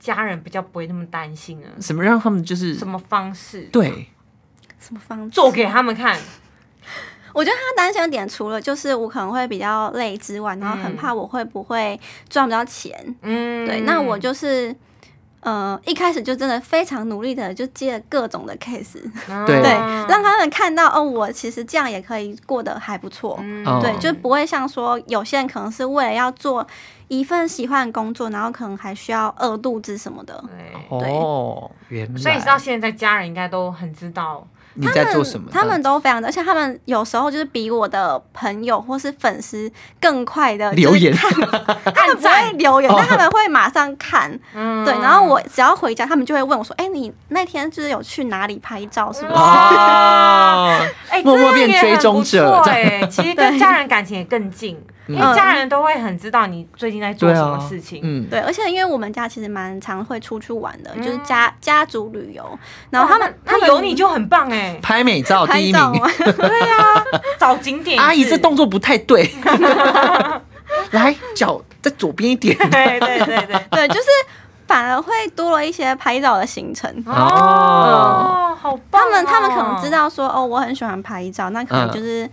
[SPEAKER 1] 家人比较不会那么担心呢？
[SPEAKER 2] 什么让他们就是
[SPEAKER 1] 什么方式？，
[SPEAKER 2] 对
[SPEAKER 5] 什么方
[SPEAKER 1] 做给他们看。
[SPEAKER 5] 我觉得他担心的点，除了就是我可能会比较累之外，然后很怕我会不会赚不到钱。
[SPEAKER 1] 嗯，
[SPEAKER 5] <laughs> 对，那我就是呃一开始就真的非常努力的就接了各种的 case，、
[SPEAKER 2] 对
[SPEAKER 5] 对
[SPEAKER 1] 嗯，
[SPEAKER 5] 让他们看到哦，我其实这样也可以过得还不错。
[SPEAKER 1] 嗯
[SPEAKER 2] 哦
[SPEAKER 5] 对，就不会像说有些人可能是为了要做一份喜欢的工作，然后可能还需要饿肚子什么的。
[SPEAKER 1] 对
[SPEAKER 2] 哦，原来
[SPEAKER 1] 哎所以到现在，家人应该都很知道，
[SPEAKER 2] 你在
[SPEAKER 5] 他们
[SPEAKER 2] 做
[SPEAKER 1] 嗯
[SPEAKER 2] 什么？
[SPEAKER 5] 他们都非常的，而且他们有时候就是比我的朋友或是粉丝更快的
[SPEAKER 2] 留言，
[SPEAKER 1] <laughs>
[SPEAKER 5] 他们不会留言，但他们会马上看。
[SPEAKER 1] 哦嗯
[SPEAKER 5] 对，然后我只要回家，他们就会问我说：“哎、你那天就是有去哪里拍照，是不
[SPEAKER 1] 嗯
[SPEAKER 5] 是？” <laughs>
[SPEAKER 2] 哦，
[SPEAKER 1] 哎，
[SPEAKER 2] 默默
[SPEAKER 1] 这样
[SPEAKER 2] 变
[SPEAKER 1] 也
[SPEAKER 2] 追
[SPEAKER 1] 很
[SPEAKER 2] 踪
[SPEAKER 1] 不
[SPEAKER 2] 者
[SPEAKER 1] 错
[SPEAKER 2] 这
[SPEAKER 1] 哎，其实跟家人感情也更近，因
[SPEAKER 5] 嗯
[SPEAKER 1] 为家人都会很知道你最近在做
[SPEAKER 2] 对
[SPEAKER 1] 什
[SPEAKER 2] 啊
[SPEAKER 1] 么事，情。
[SPEAKER 2] 嗯，
[SPEAKER 5] 对，而且因为我们家其实蛮常会出去玩的，
[SPEAKER 1] 嗯
[SPEAKER 5] 就是家家族旅游，然后
[SPEAKER 1] 哇
[SPEAKER 5] 他们
[SPEAKER 1] 那那有你就很棒
[SPEAKER 2] <laughs>
[SPEAKER 1] 哎，
[SPEAKER 2] 拍美照第
[SPEAKER 5] 拍
[SPEAKER 2] 一
[SPEAKER 5] 照
[SPEAKER 2] 名
[SPEAKER 5] 嘛，，
[SPEAKER 1] 对呀，找景点也
[SPEAKER 2] 阿姨
[SPEAKER 1] 是
[SPEAKER 2] 这动作不太
[SPEAKER 1] <laughs>
[SPEAKER 2] 对，来脚在左边一点，
[SPEAKER 1] 对对对对，
[SPEAKER 5] <laughs> 对，就是反而会多了一些拍照的行程。
[SPEAKER 1] 哦，好棒哦！
[SPEAKER 5] 他们他们可能知道说哦，我很喜欢拍照，那可能
[SPEAKER 2] 嗯
[SPEAKER 5] 就是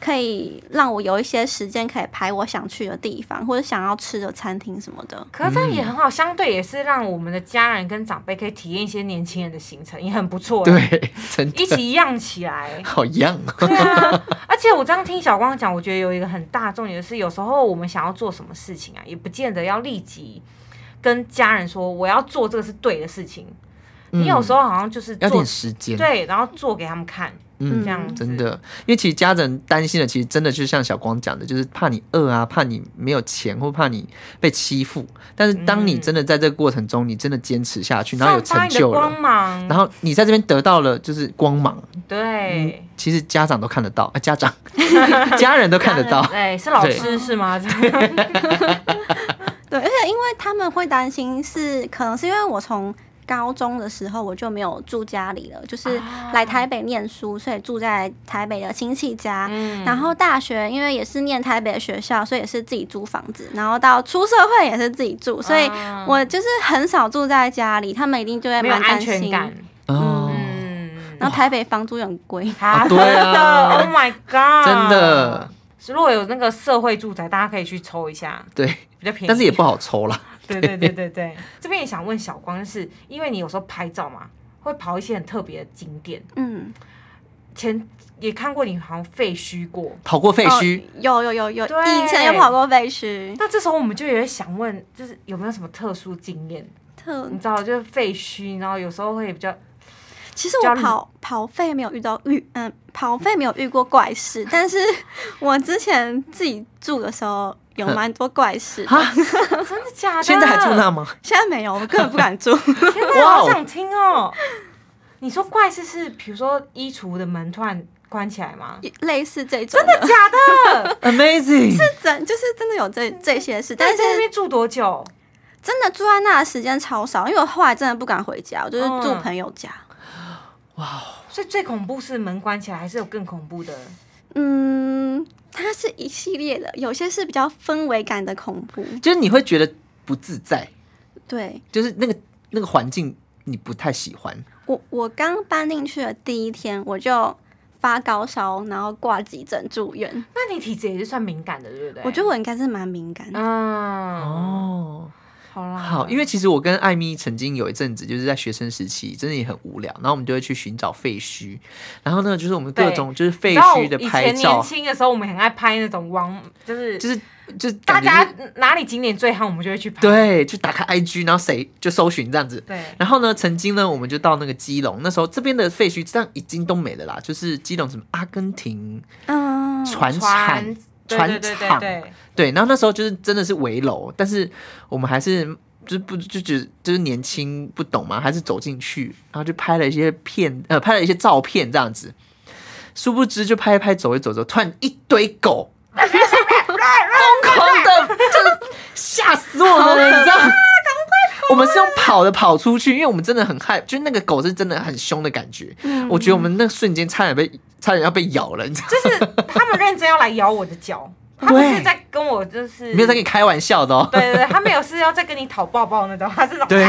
[SPEAKER 5] 可以让我有一些时间可以拍我想去的地方，或者想要吃的餐厅什么的。
[SPEAKER 1] 可是这样也很好，相对也是让我们的家人跟长辈可以体验一些年轻人的行程，也很不错。，欸
[SPEAKER 2] 对，真
[SPEAKER 1] 一
[SPEAKER 2] 的。
[SPEAKER 1] 起样起来
[SPEAKER 2] 好样哦，
[SPEAKER 1] 对啊，而且我这样听小光讲，我觉得有一个很大的重点是，有时候我们想要做什么事情啊，也不见得要立即跟家人说我要做这个是对的事情。你有时候好像就是
[SPEAKER 2] 要
[SPEAKER 1] 做
[SPEAKER 2] 点时间，
[SPEAKER 1] 对，然后做给他们看，
[SPEAKER 2] 嗯
[SPEAKER 1] 这样子
[SPEAKER 2] 真的，因为其实家人担心的，其实真的就像小光讲的，就是怕你饿啊，怕你没有钱，或怕你被欺负。但是当你
[SPEAKER 1] 嗯
[SPEAKER 2] 真的在这个过程中，你真的坚持下去，然后有
[SPEAKER 1] 散发
[SPEAKER 2] 成
[SPEAKER 1] 你的
[SPEAKER 2] 就
[SPEAKER 1] 光
[SPEAKER 2] 了，
[SPEAKER 1] 芒。
[SPEAKER 2] 然后你在这边得到了就是光芒，嗯
[SPEAKER 1] 对。
[SPEAKER 2] 其实家长都看得到，啊，家长
[SPEAKER 1] <laughs>
[SPEAKER 2] 家人都看得到，
[SPEAKER 1] 哎，是老
[SPEAKER 2] 对
[SPEAKER 1] 师是
[SPEAKER 2] <laughs>
[SPEAKER 1] 吗？
[SPEAKER 5] 对，而且因为他们会担心是，可能是因为我从高中的时候我就没有住家里了，就是
[SPEAKER 1] 啊
[SPEAKER 5] 来台北念书，所以住在台北的亲戚家。
[SPEAKER 1] 嗯
[SPEAKER 5] 然后大学因为也是念台北的学校，所以也是自己租房子。然后到出社会也是自己住，所以
[SPEAKER 1] 啊
[SPEAKER 5] 我就是很少住在家里，他们一定就会
[SPEAKER 1] 没有
[SPEAKER 5] 蛮
[SPEAKER 1] 安
[SPEAKER 5] 担
[SPEAKER 1] 全
[SPEAKER 5] 心。
[SPEAKER 1] 感。
[SPEAKER 2] 哦，
[SPEAKER 1] 嗯，
[SPEAKER 5] 然后台北房租又很贵，
[SPEAKER 1] 啊
[SPEAKER 2] 对啊
[SPEAKER 1] 真的，Oh <laughs> my God，
[SPEAKER 2] 真
[SPEAKER 1] 啊
[SPEAKER 2] 的。
[SPEAKER 1] 如果有那个社会住宅，大家可以去抽一下，
[SPEAKER 2] 对，
[SPEAKER 1] 比较便宜。
[SPEAKER 2] 但是也不好抽啦。
[SPEAKER 1] 对对对对对。这边也想问小光，就是因为你有时候拍照嘛，会跑一些很特别的景点，
[SPEAKER 5] 嗯，
[SPEAKER 1] 前也看过你好像废墟过。
[SPEAKER 2] 跑过废墟，
[SPEAKER 5] 哦有有有有，
[SPEAKER 1] 对
[SPEAKER 5] 以前有跑过废墟，
[SPEAKER 1] 那这时候我们就有点想问，就是有没有什么特殊经验？
[SPEAKER 5] 特
[SPEAKER 1] 你知道，就是废墟，然后有时候会比较
[SPEAKER 5] 其实
[SPEAKER 1] 教
[SPEAKER 5] 我
[SPEAKER 1] 你
[SPEAKER 5] 跑跑费没有遇到遇嗯跑费没有遇过怪事， <laughs> 但是我之前自己住的时候有蛮多怪事的，
[SPEAKER 1] 真的假的？
[SPEAKER 2] 现在还住
[SPEAKER 1] <laughs>
[SPEAKER 2] 那吗？
[SPEAKER 5] 现在没有，我根本不敢 <laughs> 住。
[SPEAKER 1] 天哪，
[SPEAKER 2] 哇哦
[SPEAKER 1] 好想听哦！你说怪事是，比如说衣橱的门突然关起来吗？
[SPEAKER 5] 类似这种的，
[SPEAKER 1] 假的？
[SPEAKER 2] Amazing！
[SPEAKER 5] 真就是真的有这这些事，
[SPEAKER 1] 那
[SPEAKER 5] 但
[SPEAKER 1] 你
[SPEAKER 5] 是
[SPEAKER 1] 在那边住多久？
[SPEAKER 5] 真的住在那的时间超少，因为我后来真的不敢回家，我就是住
[SPEAKER 1] 嗯
[SPEAKER 5] 朋友家。
[SPEAKER 1] 所以最恐怖是门关起来，还是有更恐怖的？
[SPEAKER 5] 嗯，它是一系列的，有些是比较氛围感的恐怖，
[SPEAKER 2] 就是你会觉得不自在，
[SPEAKER 5] 对。
[SPEAKER 2] 就是那个那个环境你不太喜欢。
[SPEAKER 5] 我我刚搬进去的第一天，我就发高烧，然后挂急诊住院。
[SPEAKER 1] 那你体质也是算敏感的，对不对？
[SPEAKER 5] 我觉得我应该是蛮敏感的。
[SPEAKER 1] 嗯，哦，
[SPEAKER 2] 哦，
[SPEAKER 1] 好啦，
[SPEAKER 2] 好，因为其实我跟艾米曾经有一阵子就是在学生时期，真的也很无聊，然后我们就会去寻找废墟，然后呢，就是我们各
[SPEAKER 1] 对
[SPEAKER 2] 种就是废
[SPEAKER 1] 你知道
[SPEAKER 2] 墟的
[SPEAKER 1] 以
[SPEAKER 2] 拍
[SPEAKER 1] 前年
[SPEAKER 2] 照，
[SPEAKER 1] 轻的时候，我们很爱拍那种网，就是
[SPEAKER 2] 就是就是
[SPEAKER 1] 大
[SPEAKER 2] 感觉
[SPEAKER 1] 家
[SPEAKER 2] 就是
[SPEAKER 1] 哪里景点最好，我们就会去拍。
[SPEAKER 2] 对，就打开 IG，然后谁就搜寻这样子。
[SPEAKER 1] 对
[SPEAKER 2] 然后呢，曾经呢，我们就到那个基隆，那时候这边的废墟这样已经都没了啦，就是基隆什么阿根廷
[SPEAKER 5] 嗯，
[SPEAKER 2] 船产
[SPEAKER 1] 船。对
[SPEAKER 2] 船
[SPEAKER 1] 对对对
[SPEAKER 2] 厂
[SPEAKER 1] 对，
[SPEAKER 2] 对，然后那时候就是真的是围楼，但是我们还是就是不就觉得就是年轻不懂嘛，还是走进去，然后就拍了一些片，呃，拍了一些照片这样子。殊不知就拍一拍，走一走走，突然一堆狗，疯狂的，就是吓死我们了，你知道？我们是用跑的跑出去，因为我们真的很害，就是那个狗是真的很凶的感觉。
[SPEAKER 5] 嗯
[SPEAKER 2] 我觉得我们那瞬间差点被差点要被咬了，你知道？
[SPEAKER 1] 就是他们认真要来咬我的
[SPEAKER 2] <laughs>
[SPEAKER 1] 脚，他不是在跟我就是
[SPEAKER 2] 没有在跟你开玩笑的哦。
[SPEAKER 1] 对对对，他没有是要在跟你讨抱抱那种，他是那种 <laughs>
[SPEAKER 2] 对。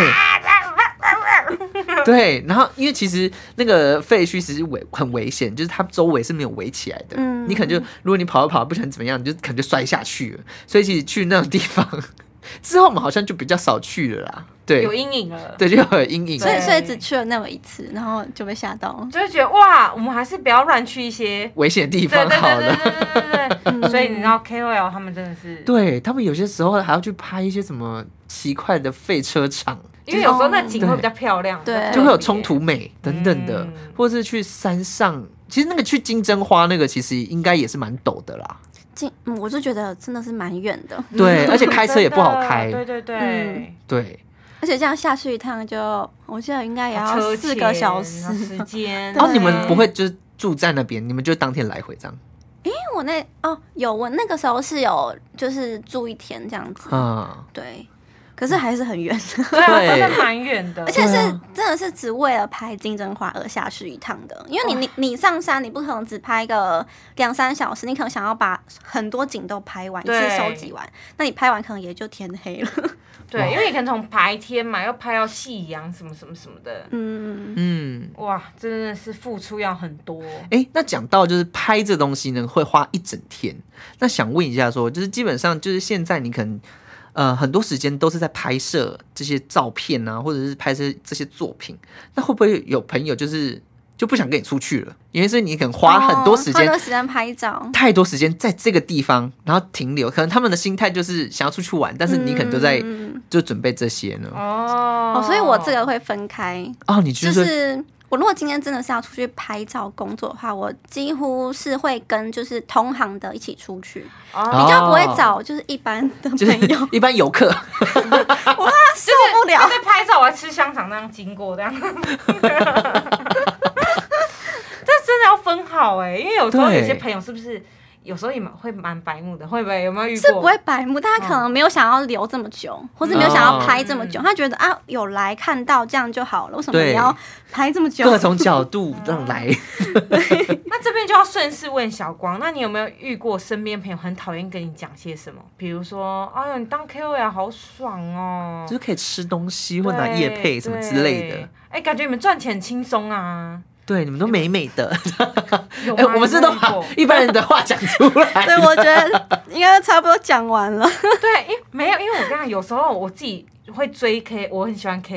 [SPEAKER 2] 对，然后因为其实那个废墟其实危很危险，就是它周围是没有围起来的。
[SPEAKER 5] 嗯
[SPEAKER 2] 你可能就如果你跑着跑着不小心怎么样，你就可能就摔下去了。所以其实去那种地方 <laughs> 之后，我们好像就比较少去了啦。
[SPEAKER 1] 有
[SPEAKER 2] 对，
[SPEAKER 1] 阴影了。
[SPEAKER 2] 对，就有阴影。
[SPEAKER 5] 所以
[SPEAKER 1] 对
[SPEAKER 5] 所以只去了那么一次，然后就被吓到了。
[SPEAKER 1] 就会觉得哇，我们还是不要乱去一些。
[SPEAKER 2] 危险的地
[SPEAKER 1] 对对
[SPEAKER 2] 方
[SPEAKER 1] 对
[SPEAKER 2] 好
[SPEAKER 1] 对
[SPEAKER 2] 了。
[SPEAKER 1] 对对对对对，
[SPEAKER 5] 嗯
[SPEAKER 1] 所以你知道 KOL 他们真的是，
[SPEAKER 2] 对他们有些时候还要去拍一些什么奇怪的废车场，
[SPEAKER 1] 因为有时候那景
[SPEAKER 2] 哦
[SPEAKER 1] 会比较漂亮，
[SPEAKER 5] 对
[SPEAKER 1] 比较特别
[SPEAKER 2] 就会有冲。突美等等的
[SPEAKER 1] 哎嗯，
[SPEAKER 2] 或是去山上。其实那个去金针花那个，其实应该也是蛮陡的啦。
[SPEAKER 5] 近，嗯，我就觉得真的是蛮远的，
[SPEAKER 2] 嗯对，而且开车也不好
[SPEAKER 1] 嗯真的
[SPEAKER 2] 开。
[SPEAKER 1] 对对对
[SPEAKER 5] 嗯，
[SPEAKER 2] 对，
[SPEAKER 5] <laughs> 而且这样下去一趟就，我记得应该也要
[SPEAKER 1] 车
[SPEAKER 5] 四个
[SPEAKER 1] 钱
[SPEAKER 5] 小
[SPEAKER 1] 然后
[SPEAKER 5] 时。
[SPEAKER 1] 时间。
[SPEAKER 2] 哦，
[SPEAKER 5] 对
[SPEAKER 2] 你们不会就是住在那边，你们就当天来回这样
[SPEAKER 5] 因 <laughs> 为我那哦有，我那个时候是有就是住一天这样子，
[SPEAKER 1] 嗯
[SPEAKER 2] 啊？
[SPEAKER 5] 对，可是还是很远，
[SPEAKER 1] 对啊，
[SPEAKER 2] 对
[SPEAKER 1] 真的蛮远的，
[SPEAKER 5] 而且是
[SPEAKER 2] 对啊
[SPEAKER 5] 真的是只为了拍金针花而下去一趟的，因为你你你上山，你不可能只拍个两三小时，你可能想要把很多景都拍完，一次
[SPEAKER 1] 对
[SPEAKER 5] 收集完，那你拍完可能也就天黑了，
[SPEAKER 2] 哇
[SPEAKER 1] 对，因为你可能从白天嘛，要拍到夕阳什么什么什么的，
[SPEAKER 5] 嗯，
[SPEAKER 2] 嗯，
[SPEAKER 1] 哇，真的是付出要很多。
[SPEAKER 2] 哎，那讲到就是拍这东西呢，会花一整天。那想问一下说，就是基本上就是现在你可能。呃，很多时间都是在拍摄这些照片啊，或者是拍摄这些作品。那会不会有朋友就是就不想跟你出去了？因为是你可能花很多时
[SPEAKER 5] 哦花
[SPEAKER 2] 间
[SPEAKER 5] 很多时间拍照，
[SPEAKER 2] 太多时间在这个地方，然后停留，可能他们的心态就是想要出去玩，但是你可能都在
[SPEAKER 5] 嗯
[SPEAKER 2] 就准备这些呢。
[SPEAKER 1] 哦
[SPEAKER 5] 哦，所以我这个会分开，
[SPEAKER 2] 哦，你就、
[SPEAKER 5] 就是是我如果今天真的是要出去拍照工作的话，我几乎是会跟就是同行的一起出去，
[SPEAKER 1] 哦，
[SPEAKER 5] 比较不会
[SPEAKER 2] 哦
[SPEAKER 5] 找就是一般的
[SPEAKER 2] 就
[SPEAKER 5] 朋友，
[SPEAKER 2] 是 <laughs> 一般游客，
[SPEAKER 5] <laughs> 受不了。
[SPEAKER 1] 在拍照，我还吃香肠那样经过这样。 <laughs> 这真的要分好哎、因为有时候
[SPEAKER 2] 对
[SPEAKER 1] 有些朋友是不是有时候也蛮会蛮白目的，会不会有没有遇过？
[SPEAKER 5] 是不会白目，但他可能没有想要留这么久，或是没有想要拍这么久。
[SPEAKER 1] 嗯
[SPEAKER 5] 他觉得啊，有来看到这样就好了，为什么
[SPEAKER 2] 对
[SPEAKER 5] 你要拍这么久？
[SPEAKER 2] 各种角度让来。
[SPEAKER 1] 那这边就要顺势问小光，那你有没有遇过身边朋友很讨厌跟你讲些什么？比如说，哎呦，你当 KOL 好爽哦，
[SPEAKER 2] 就是可以吃东西或
[SPEAKER 1] 对
[SPEAKER 2] 拿夜配什么之类。
[SPEAKER 1] 对
[SPEAKER 2] 的，
[SPEAKER 1] 哎、感觉你们赚钱很轻松啊。
[SPEAKER 2] 对，你们都美美的。
[SPEAKER 1] 有
[SPEAKER 2] 哎、
[SPEAKER 1] 吗
[SPEAKER 2] <laughs> 我们是都
[SPEAKER 1] 有没
[SPEAKER 2] 把
[SPEAKER 1] 有遇过
[SPEAKER 2] 一般人的话讲出来。
[SPEAKER 5] 对，我觉得应该差不多讲完了。 <laughs>
[SPEAKER 1] 对，因为没有，因为我刚刚有时候我自己会追 K，我很喜欢 KOL，、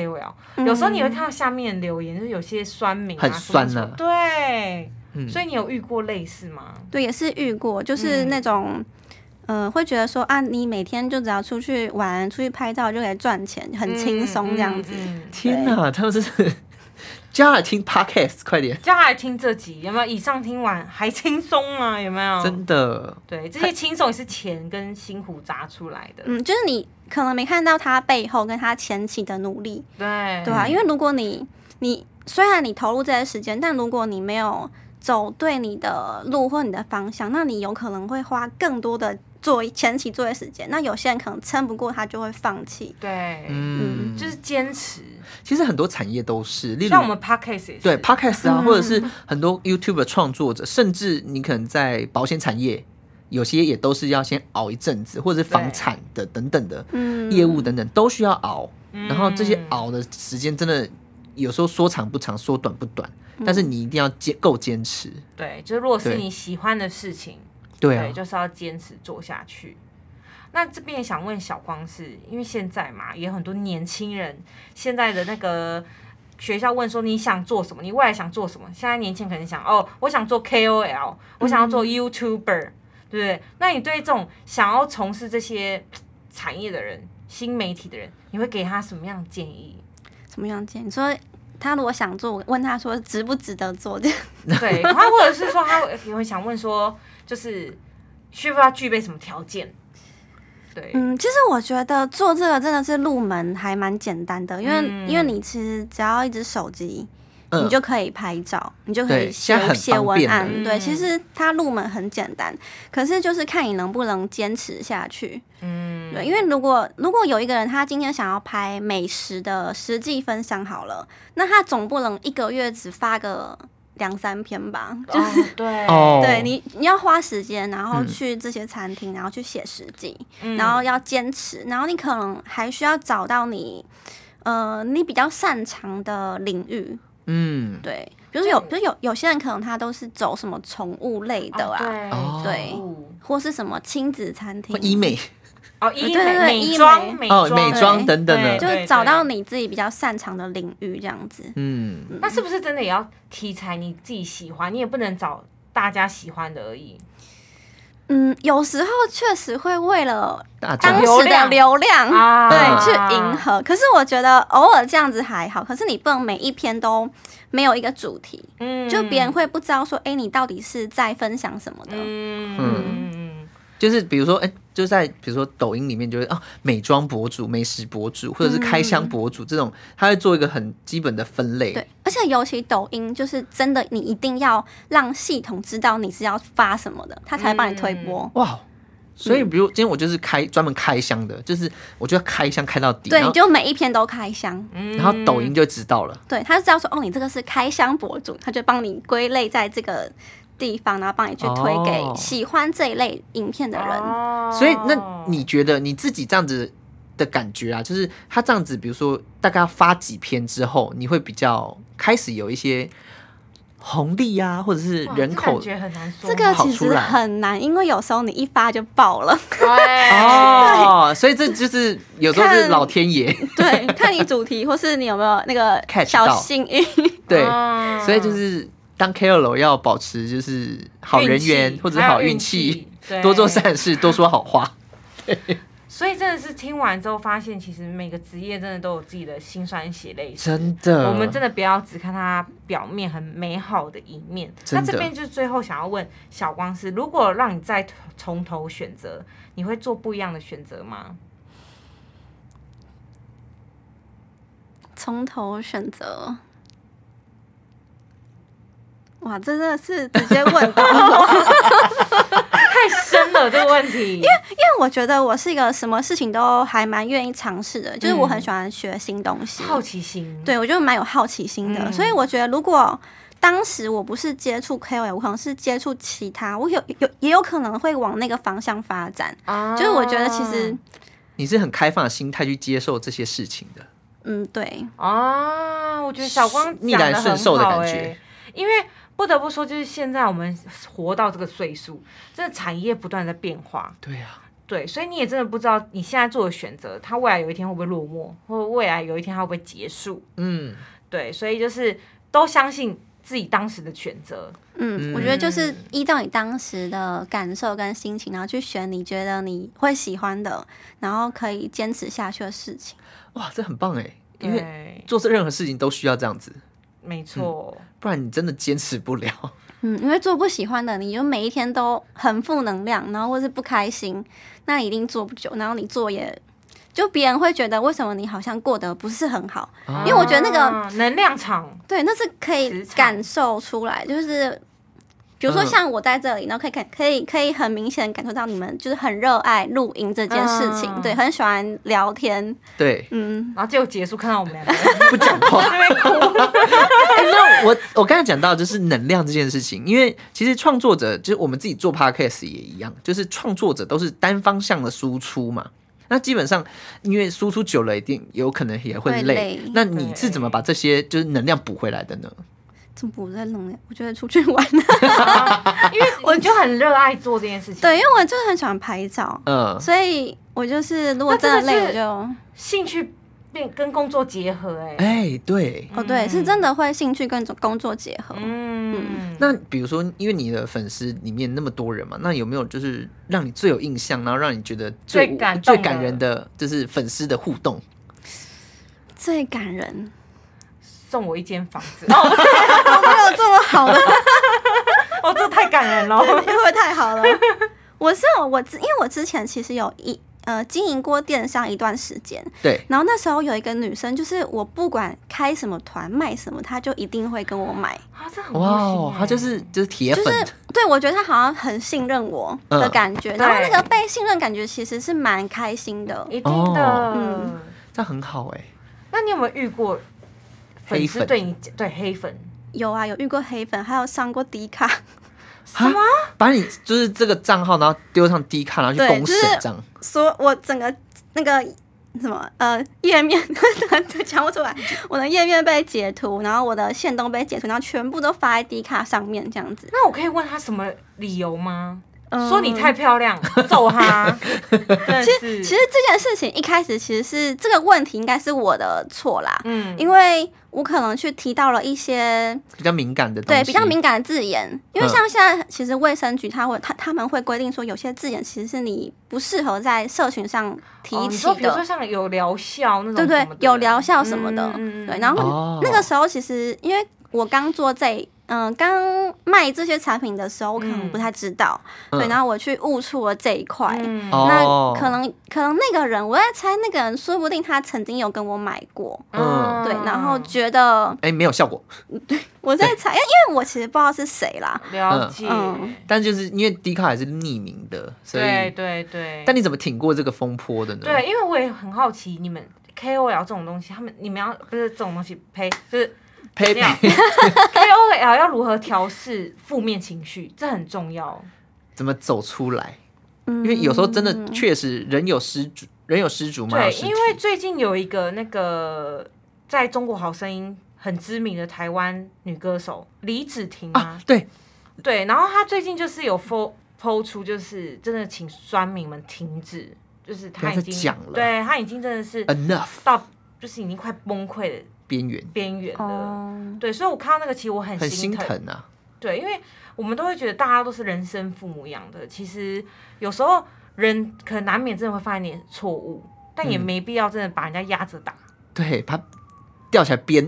[SPEAKER 1] 有
[SPEAKER 5] 嗯
[SPEAKER 1] 时候你会看到下面留言，就是有些酸民、啊、
[SPEAKER 2] 很酸
[SPEAKER 1] 呢、
[SPEAKER 2] 啊
[SPEAKER 1] 对，
[SPEAKER 2] 嗯
[SPEAKER 1] 所以你有遇过类似吗？
[SPEAKER 5] 对，也是遇过，就是
[SPEAKER 1] 嗯
[SPEAKER 5] 那种。嗯、会觉得说啊，你每天就只要出去玩、出去拍照就可以赚钱，很轻松这样子。
[SPEAKER 1] 嗯嗯嗯
[SPEAKER 2] <laughs> 天哪，他们真是 <laughs> 叫他来听 podcast，快点，
[SPEAKER 1] 叫他来听这集，有没有？以上听完还轻松吗？有没有？
[SPEAKER 2] 真的。
[SPEAKER 1] 对，这些轻松也是钱跟辛苦砸出来的。
[SPEAKER 5] 嗯，就是你可能没看到他背后跟他前期的努力，
[SPEAKER 1] 对，
[SPEAKER 5] 对啊，因为如果你你虽然你投入这些时间，但如果你没有走对你的路或你的方向，那你有可能会花更多的做前期作业时间。那有些人可能撑不过，他就会放弃。
[SPEAKER 1] 对，
[SPEAKER 2] 嗯，
[SPEAKER 1] 就是坚持。
[SPEAKER 2] 其实很多产业都是，例如
[SPEAKER 1] 像我们 podcast 也是，
[SPEAKER 2] 对 podcast 啊，或者是很多 YouTube 的创作者，甚至你可能在保险产业，有些也都是要先熬一阵子，或者是房产的等等的
[SPEAKER 5] 嗯，
[SPEAKER 2] 业务等等都需要熬。
[SPEAKER 1] 嗯
[SPEAKER 2] 然后这些熬的时间真的有时候说长不长，说短不短，
[SPEAKER 5] 嗯
[SPEAKER 2] 但是你一定要坚够坚持。
[SPEAKER 1] 对，就是如果是
[SPEAKER 2] 对
[SPEAKER 1] 你喜欢的事情，
[SPEAKER 2] 对啊，
[SPEAKER 1] 就是要坚持做下去。那这边也想问小光是，因为现在嘛，也有很多年轻人现在的那个学校问说你想做什么，你未来想做什么？现在年轻人可能想哦，我想做 KOL，我想要做 YouTuber，、对不对？那你对这种想要从事这些嘖产业的人、新媒体的人，你会给他什么样的建议？
[SPEAKER 5] 怎么样建议？你说他如果想做，我问他说值不值得做这样？
[SPEAKER 1] 对，他或者是说他也会想问说，就是需不需要具备什么条件？对，
[SPEAKER 5] 嗯，其实我觉得做这个真的是入门还蛮简单的，因为、
[SPEAKER 1] 嗯
[SPEAKER 5] 因为你其实只要一只手机，
[SPEAKER 2] 嗯
[SPEAKER 5] 你就可以拍照，你就可
[SPEAKER 2] 对
[SPEAKER 5] 以
[SPEAKER 2] 现在
[SPEAKER 5] 写
[SPEAKER 2] 很
[SPEAKER 5] 写
[SPEAKER 2] 方
[SPEAKER 5] 文
[SPEAKER 2] 便
[SPEAKER 5] 案
[SPEAKER 1] 了。
[SPEAKER 5] 对，
[SPEAKER 1] 嗯
[SPEAKER 5] 其实它入门很简单，可是就是看你能不能坚持下去。
[SPEAKER 1] 嗯，
[SPEAKER 5] 对，因为如果如果有一个人他今天想要拍美食的实际分享好了，那他总不能一个月只发个两三篇吧？
[SPEAKER 1] <laughs>
[SPEAKER 5] 就
[SPEAKER 1] 哦对
[SPEAKER 2] 哦
[SPEAKER 5] 对你，你要花时间，然后
[SPEAKER 2] 嗯
[SPEAKER 5] 去这些餐厅，然后去写实际，
[SPEAKER 1] 嗯
[SPEAKER 5] 然后要坚持，然后你可能还需要找到你，呃，你比较擅长的领域，
[SPEAKER 2] 嗯，
[SPEAKER 5] 对，比如说有，比如有有些人可能他都是走什么宠物类的啊，
[SPEAKER 2] 哦
[SPEAKER 5] 对或是什么亲子餐厅
[SPEAKER 2] 或，医美
[SPEAKER 1] 哦，医
[SPEAKER 5] 对对
[SPEAKER 1] 美
[SPEAKER 5] 对医
[SPEAKER 1] 美
[SPEAKER 5] 美
[SPEAKER 1] 妆美
[SPEAKER 2] 哦，
[SPEAKER 1] 妆
[SPEAKER 2] 美妆
[SPEAKER 5] 对
[SPEAKER 2] 等等的
[SPEAKER 1] 对，
[SPEAKER 5] 就是找到你自己比较擅长的领域这样子。
[SPEAKER 2] 嗯，
[SPEAKER 1] 那是不是真的也要题材你自己喜欢？你也不能找大家喜欢的而已。
[SPEAKER 5] 嗯，有时候确实会为了
[SPEAKER 2] 大
[SPEAKER 5] 当
[SPEAKER 2] 众
[SPEAKER 1] 流
[SPEAKER 5] 时的
[SPEAKER 1] 量
[SPEAKER 5] 流量
[SPEAKER 1] 啊
[SPEAKER 5] 嗯对，去迎合。可是我觉得偶尔这样子还好，可是你不能每一篇都没有一个主题，
[SPEAKER 1] 嗯
[SPEAKER 5] 就别人会不知道说，哎、你到底是在分享什么的。
[SPEAKER 1] 嗯嗯
[SPEAKER 2] 就是比如说，哎、就在比如说抖音里面，就是啊，美妆博主、美食博主或者是开箱博主、这种，他会做一个很基本的分类。
[SPEAKER 5] 嗯对，而且尤其抖音，就是真的，你一定要让系统知道你是要发什么的，它才帮你推播。
[SPEAKER 2] 哇，所
[SPEAKER 5] 嗯
[SPEAKER 2] 以比如今天我就是开专门开箱的，就是我就要开箱开到底，
[SPEAKER 5] 对，
[SPEAKER 2] 然
[SPEAKER 5] 你
[SPEAKER 2] 后
[SPEAKER 5] 就每一篇都开箱。
[SPEAKER 1] 嗯
[SPEAKER 2] 然后抖音就知道了。
[SPEAKER 5] 对，他就知道说，哦，你这个是开箱博主，他就帮你归类在这个地方，然后帮你去推
[SPEAKER 2] 哦
[SPEAKER 5] 给喜欢这一类影片的人。
[SPEAKER 1] 哦
[SPEAKER 2] 所以那你觉得你自己这样子的感觉啊，就是他这样子，比如说大概要发几篇之后，你会比较开始有一些红利啊，或者是
[SPEAKER 1] 哇
[SPEAKER 2] 人
[SPEAKER 1] 这
[SPEAKER 2] 口
[SPEAKER 1] 感觉很难说
[SPEAKER 5] 这个
[SPEAKER 2] 跑
[SPEAKER 5] 其
[SPEAKER 2] 出
[SPEAKER 5] 实
[SPEAKER 2] 来
[SPEAKER 5] 很难，因为有时候你一发就爆了。
[SPEAKER 1] 哦，
[SPEAKER 2] 哦，所以这就是有时候是
[SPEAKER 5] 看
[SPEAKER 2] 老天爷。
[SPEAKER 5] <laughs> 对，看你主题或是你有没有那个
[SPEAKER 2] Catch
[SPEAKER 5] 小
[SPEAKER 2] 到
[SPEAKER 5] 幸运。
[SPEAKER 2] 对，
[SPEAKER 1] 嗯
[SPEAKER 2] 所以就是当 KOL 要保持就是好人缘
[SPEAKER 1] 运气
[SPEAKER 2] 或者好
[SPEAKER 1] 还有
[SPEAKER 2] 运
[SPEAKER 1] 运
[SPEAKER 2] 气
[SPEAKER 1] 气，对
[SPEAKER 2] 多做善事，多说
[SPEAKER 1] <laughs>
[SPEAKER 2] 好话。
[SPEAKER 1] 所以真的是听完之后发现，其实每个职业真的都有自己的辛酸血泪史。
[SPEAKER 2] 真的，
[SPEAKER 1] 我
[SPEAKER 5] 嗯
[SPEAKER 1] 们真的不要只看它表面很美好的一面。
[SPEAKER 2] 真
[SPEAKER 1] 那
[SPEAKER 2] 的
[SPEAKER 1] 这边就是最后想要问小光是，如果让你再从头选择，你会做不一样的选择吗？
[SPEAKER 5] 从头选择。哇，这真的是直接问到我，
[SPEAKER 1] 太深了这个问题，
[SPEAKER 5] <laughs> <laughs> 因为我觉得我是一个什么事情都还蛮愿意尝试的，就是我很
[SPEAKER 1] 嗯
[SPEAKER 5] 喜欢学新东西，
[SPEAKER 1] 好奇心。
[SPEAKER 5] 对我就蛮有好奇心的，
[SPEAKER 1] 嗯
[SPEAKER 5] 所以我觉得如果当时我不是接触 KOL，我可能是接触其他，我有有也有可能会往那个方向发展，
[SPEAKER 1] 啊，
[SPEAKER 5] 就是我觉得其实，
[SPEAKER 2] 你是很开放的心态去接受这些事情的，
[SPEAKER 5] 嗯，对，
[SPEAKER 1] 啊，我觉得小光
[SPEAKER 2] 逆来
[SPEAKER 1] 讲得
[SPEAKER 2] 顺受的
[SPEAKER 1] 很好
[SPEAKER 2] 感
[SPEAKER 1] 欸
[SPEAKER 2] 觉
[SPEAKER 1] 因为不得不说，就是现在我们活到这个岁数，真的产业不断地在变化，
[SPEAKER 2] 对啊，
[SPEAKER 1] 对，所以你也真的不知道你现在做的选择，它未来有一天会不会落寞，或者未来有一天它会不会结束，
[SPEAKER 2] 嗯，
[SPEAKER 1] 对，所以就是都相信自己当时的选择，
[SPEAKER 5] 嗯，
[SPEAKER 2] 嗯
[SPEAKER 5] 我觉得就是依照你当时的感受跟心情，然后去选你觉得你会喜欢的，然后可以坚持下去的事情。
[SPEAKER 2] 哇，这很棒哎，因为
[SPEAKER 1] 对，
[SPEAKER 2] 做这任何事情都需要这样子，嗯
[SPEAKER 1] 没错，
[SPEAKER 2] 不然你真的坚持不了。 <laughs>
[SPEAKER 5] 嗯，因为做不喜欢的，你就每一天都很负能量，然后或是不开心，那你一定做不久，然后你做也。就别人会觉得为什么你好像过得不是很好，
[SPEAKER 2] 啊
[SPEAKER 5] 因为我觉得那个
[SPEAKER 1] 啊能量场，
[SPEAKER 5] 对，那是可以
[SPEAKER 1] 职场
[SPEAKER 5] 感受出来，就是比如说
[SPEAKER 2] 嗯
[SPEAKER 5] 像我在这里，然后可以看，可以可以很明显地感受到你们就是很热爱露营这件事情，
[SPEAKER 1] 嗯
[SPEAKER 5] 对，很喜欢聊天，
[SPEAKER 2] 对，
[SPEAKER 5] 嗯，
[SPEAKER 1] 然后结果结束看到我们两个
[SPEAKER 2] <laughs>
[SPEAKER 1] 人
[SPEAKER 2] 不
[SPEAKER 1] <laughs>
[SPEAKER 2] 讲话。
[SPEAKER 1] 在那边哭，
[SPEAKER 2] 哎、那我我刚才讲到就是能量这件事情，因为其实创作者就是我们自己做 podcast 也一样，就是创作者都是单方向的输出嘛。那基本上，因为输出久了，一定有可能也会
[SPEAKER 5] 会
[SPEAKER 2] 累。
[SPEAKER 5] 累
[SPEAKER 2] 那你是怎么把这些就是能量补回来的呢？
[SPEAKER 5] 怎么不在弄呢？我觉得出去玩，
[SPEAKER 1] 因为我就很热爱做这件事情，
[SPEAKER 5] <laughs> 对，因为我就是很喜欢拍照，
[SPEAKER 2] 嗯，
[SPEAKER 5] 所以我就是如果真的累，
[SPEAKER 1] 那
[SPEAKER 5] 我
[SPEAKER 1] 真的是
[SPEAKER 5] 就
[SPEAKER 1] 兴趣变跟工作结合、哎、
[SPEAKER 2] 哎、对。
[SPEAKER 5] 哦，对，是真的会兴趣跟工作结合。
[SPEAKER 1] 嗯，
[SPEAKER 2] 那比如说，因为你的粉丝里面那么多人嘛，那有没有就是让你最有印象，然后让你觉得最
[SPEAKER 1] 最感动
[SPEAKER 2] 最
[SPEAKER 1] 的
[SPEAKER 2] 感人的，就是粉丝的互动？
[SPEAKER 5] 最感人，
[SPEAKER 1] 送我一间房子，哦，
[SPEAKER 5] <laughs> 哦，没有这么好
[SPEAKER 2] <laughs>
[SPEAKER 5] 的，
[SPEAKER 1] 哦这太感人了，
[SPEAKER 5] 会不会太好了？我是有我之，因为我之前其实有一呃经营过电商一段时间，
[SPEAKER 2] 对，
[SPEAKER 5] 然后那时候有一个女生，就是我不管开什么团卖什么，她就一定会跟我买，
[SPEAKER 1] <laughs> 啊，这很
[SPEAKER 2] 哇
[SPEAKER 1] 哦
[SPEAKER 2] 哦，，他就是就是铁
[SPEAKER 5] 就是
[SPEAKER 2] 粉，
[SPEAKER 5] 对我觉得她好像很信任我的
[SPEAKER 1] 嗯
[SPEAKER 5] 感觉，然后那个被信任感觉其实是蛮开心的。
[SPEAKER 1] 一定的
[SPEAKER 2] 哦。
[SPEAKER 5] 嗯
[SPEAKER 2] 这样很好哎。
[SPEAKER 1] 那你有没有遇过粉
[SPEAKER 2] 黑
[SPEAKER 1] 丝
[SPEAKER 2] 粉
[SPEAKER 1] 对你对黑粉？
[SPEAKER 5] 有啊，有遇过黑粉，还有上过迪卡， <laughs>
[SPEAKER 1] 什么？
[SPEAKER 2] 把你就是这个账号，然后丢上 D 卡，然后去
[SPEAKER 5] 对
[SPEAKER 2] 公审
[SPEAKER 5] 就是
[SPEAKER 2] 这样，
[SPEAKER 5] 说我整个那个什么呃页面 <laughs> 讲不出来，我的页面被截图，然后我的线动被截图，然后全部都发在 D 卡上面这样子。
[SPEAKER 1] 那我可以问他什么理由吗？
[SPEAKER 5] 嗯
[SPEAKER 1] 说你太漂亮，揍
[SPEAKER 5] <laughs>
[SPEAKER 1] 他。其实
[SPEAKER 5] 其实这件事情一开始其实是这个问题应该是我的错啦，
[SPEAKER 1] 嗯
[SPEAKER 5] 因为我可能去提到了一些
[SPEAKER 2] 比较敏感的东西，
[SPEAKER 5] 对比较敏感的字眼，因为
[SPEAKER 2] 嗯
[SPEAKER 5] 像现在其实卫生局他会他他们会规定说有些字眼其实是你不适合在社群上提
[SPEAKER 1] 哦你
[SPEAKER 5] 起
[SPEAKER 1] 说比如
[SPEAKER 5] 的，
[SPEAKER 1] 说像有疗效那种
[SPEAKER 5] 对
[SPEAKER 1] 什
[SPEAKER 5] 对
[SPEAKER 1] 么，的
[SPEAKER 5] 有疗效什么的，
[SPEAKER 1] 嗯嗯嗯
[SPEAKER 5] 对。然
[SPEAKER 2] 哦
[SPEAKER 5] 后那个时候其实因为我刚做这。嗯，刚卖这些产品的时候，我可能
[SPEAKER 1] 嗯
[SPEAKER 5] 不太知道，
[SPEAKER 2] 嗯
[SPEAKER 5] 对，然后我去误触了这一块，
[SPEAKER 1] 嗯
[SPEAKER 2] 哦
[SPEAKER 5] 那可能可能那个人，我在猜那个人，说不定他曾经有跟我买过，
[SPEAKER 2] 嗯
[SPEAKER 5] 对，然后觉得
[SPEAKER 2] 哎、没有效果，
[SPEAKER 5] 我在猜，因为我其实不知道是谁啦，
[SPEAKER 1] 了解，
[SPEAKER 5] 嗯
[SPEAKER 2] 但就是因为 D 卡还是匿名的，所以
[SPEAKER 1] 对对对。
[SPEAKER 2] 但你怎么挺过这个风波的呢？
[SPEAKER 1] 对，因为我也很好奇你们 KOL 这种东西，他们你们要不是这种东西呸，就是
[SPEAKER 2] 呸，
[SPEAKER 1] 没有 <laughs> KOL 要如何调试负面情绪，这很重要。
[SPEAKER 2] 怎么走出来？
[SPEAKER 5] 嗯，
[SPEAKER 2] 因为有时候真的确实人有失主，人有失足嘛，
[SPEAKER 1] 嗯对，
[SPEAKER 2] 有失
[SPEAKER 1] 因
[SPEAKER 2] 蹄
[SPEAKER 1] 为最近有一个那个在中国好声音很知名的台湾女歌手李芷婷
[SPEAKER 2] 啊，对，
[SPEAKER 1] 对，然后她最近就是有 po po 出，就是真的请酸民们停止，就是
[SPEAKER 2] 不
[SPEAKER 1] 她
[SPEAKER 2] 要再
[SPEAKER 1] 已经
[SPEAKER 2] 讲了呃
[SPEAKER 1] 对她已经真的是
[SPEAKER 2] enough
[SPEAKER 1] 到就是已经快崩溃的
[SPEAKER 2] 边缘
[SPEAKER 1] 边缘了。
[SPEAKER 2] 呃
[SPEAKER 5] 哦，
[SPEAKER 1] 对，所以我看到那个，其实我很
[SPEAKER 2] 很
[SPEAKER 1] 心
[SPEAKER 2] 心
[SPEAKER 1] 疼。
[SPEAKER 2] 疼啊，
[SPEAKER 1] 对，因为我们都会觉得大家都是人生父母养的，其实有时候人可能难免真的会犯一点错误，但也
[SPEAKER 2] 嗯
[SPEAKER 1] 没必要真的把人家压着打。
[SPEAKER 2] 对，他掉起来边，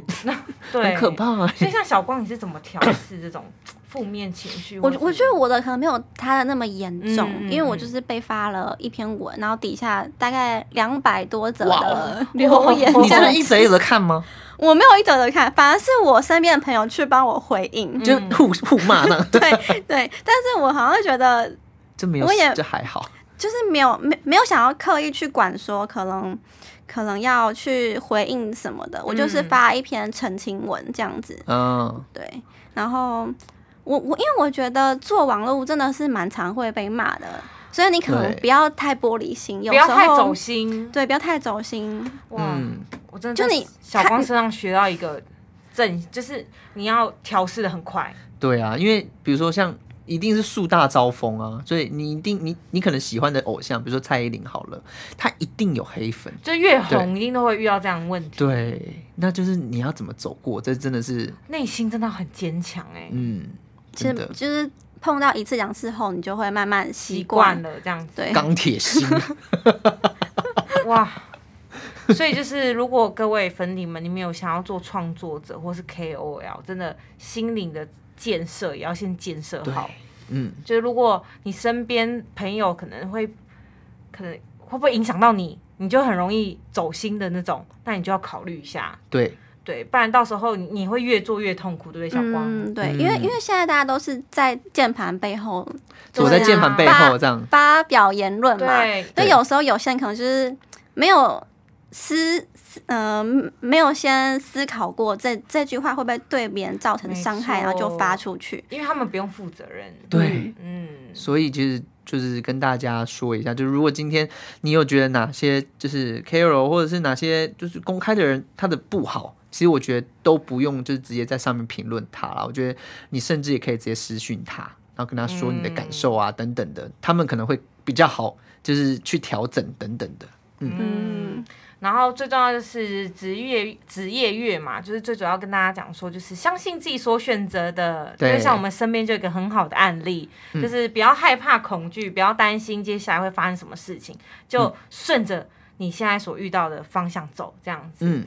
[SPEAKER 1] 对，
[SPEAKER 2] 很可。怕、啊。
[SPEAKER 1] 所以像小光，你是怎么调试这种 <coughs> 负面情绪或
[SPEAKER 5] 我
[SPEAKER 1] 是？
[SPEAKER 5] 我觉得我的可能没有他的那么严重，
[SPEAKER 1] 嗯嗯
[SPEAKER 5] 因为我就是被发了一篇文，然后底下大概两百多则
[SPEAKER 2] 哦
[SPEAKER 5] 的 <laughs> 留
[SPEAKER 1] 哇
[SPEAKER 5] 言，
[SPEAKER 2] 你真
[SPEAKER 5] 这样
[SPEAKER 2] 的一则一则看吗？
[SPEAKER 5] 我没有一则的看，反而是我身边的朋友去帮我回应，
[SPEAKER 2] 就
[SPEAKER 1] 嗯
[SPEAKER 2] 互互骂
[SPEAKER 1] <laughs>
[SPEAKER 2] 那样，
[SPEAKER 5] 对对，但是我好像觉得
[SPEAKER 2] 就没有
[SPEAKER 5] 我也，
[SPEAKER 2] 就还好。
[SPEAKER 5] 就是没有没没有想要刻意去管说可能可能要去回应什么的，我就是
[SPEAKER 1] 嗯
[SPEAKER 5] 发一篇澄清文这样子，
[SPEAKER 2] 嗯，
[SPEAKER 5] 对，然后我我因为我觉得做网络真的是蛮常会被骂的，所以你可能
[SPEAKER 2] 对
[SPEAKER 5] 不要太玻璃心，
[SPEAKER 1] 不
[SPEAKER 5] 有时
[SPEAKER 1] 要
[SPEAKER 5] 候
[SPEAKER 1] 太走心。
[SPEAKER 5] 对，不要太走心，
[SPEAKER 1] 哇，
[SPEAKER 2] 嗯
[SPEAKER 1] 我真的
[SPEAKER 5] 就
[SPEAKER 1] 在
[SPEAKER 5] 你
[SPEAKER 1] 小
[SPEAKER 5] 看
[SPEAKER 1] 光身上学到一个正，就是你要调试的很快。
[SPEAKER 2] 对啊，因为比如说像一定是树大招风啊，所以你一定你你可能喜欢的偶像，比如说蔡依林好了，她一定有黑粉。
[SPEAKER 1] 就越
[SPEAKER 2] 对
[SPEAKER 1] 红，一定都会遇到这样的问题。
[SPEAKER 2] 对，那就是你要怎么走过，这真的是，
[SPEAKER 1] 内心真的很坚强哎，
[SPEAKER 2] 嗯，
[SPEAKER 5] 其实
[SPEAKER 2] 真的
[SPEAKER 5] 就是碰到一次两次后，你就会慢慢习
[SPEAKER 1] 习惯
[SPEAKER 5] 惯。
[SPEAKER 1] 了这样子。
[SPEAKER 5] 对，
[SPEAKER 2] 钢
[SPEAKER 1] <laughs>
[SPEAKER 2] 铁心。
[SPEAKER 1] 哇！所以就是，如果各位粉底们，你们有想要做创作者或是 KOL，真的心灵的建设也要先建设
[SPEAKER 2] 对
[SPEAKER 1] 好。，
[SPEAKER 2] 嗯，
[SPEAKER 1] 就是如果你身边朋友可能会，可能会不会影响到你，你就很容易走心的那种，那你就要考虑一下，
[SPEAKER 2] 对，
[SPEAKER 1] 对，不然到时候你你会越做越痛苦，对不对，小光？
[SPEAKER 5] 嗯，对，因为因为现在大家都是在键盘背后
[SPEAKER 1] 对啊
[SPEAKER 2] 躲在键盘背后这样，
[SPEAKER 5] 发表言论嘛，
[SPEAKER 1] 对，
[SPEAKER 5] 所
[SPEAKER 2] 对
[SPEAKER 5] 以有时候有些人可能就是没有思，嗯、没有先思考过这这句话会不会对别人造成伤害，
[SPEAKER 1] 没错
[SPEAKER 5] 然后就发出去。
[SPEAKER 1] 因为他们不用负责任。
[SPEAKER 2] 对，
[SPEAKER 1] 嗯，
[SPEAKER 2] 所以其实就是跟大家说一下，就是如果今天你有觉得哪些就是 KOL 或者是哪些就是公开的人他的不好，其实我觉得都不用就是直接在上面评论他啦，我觉得你甚至也可以直接私讯他，然后跟他说你的感受啊、等等的，他们可能会比较好，就是去调整等等的。
[SPEAKER 5] 嗯，
[SPEAKER 1] 然后最重要就是职业职业月嘛，就是最主要跟大家讲说，就是相信自己所选择的。
[SPEAKER 2] 对嗯
[SPEAKER 1] 就像我们身边就有一个很好的案例，就是不要害怕恐惧，不要担心接下来会发生什么事情，
[SPEAKER 2] 嗯
[SPEAKER 1] 就顺着你现在所遇到的方向走，这样子。
[SPEAKER 2] 嗯，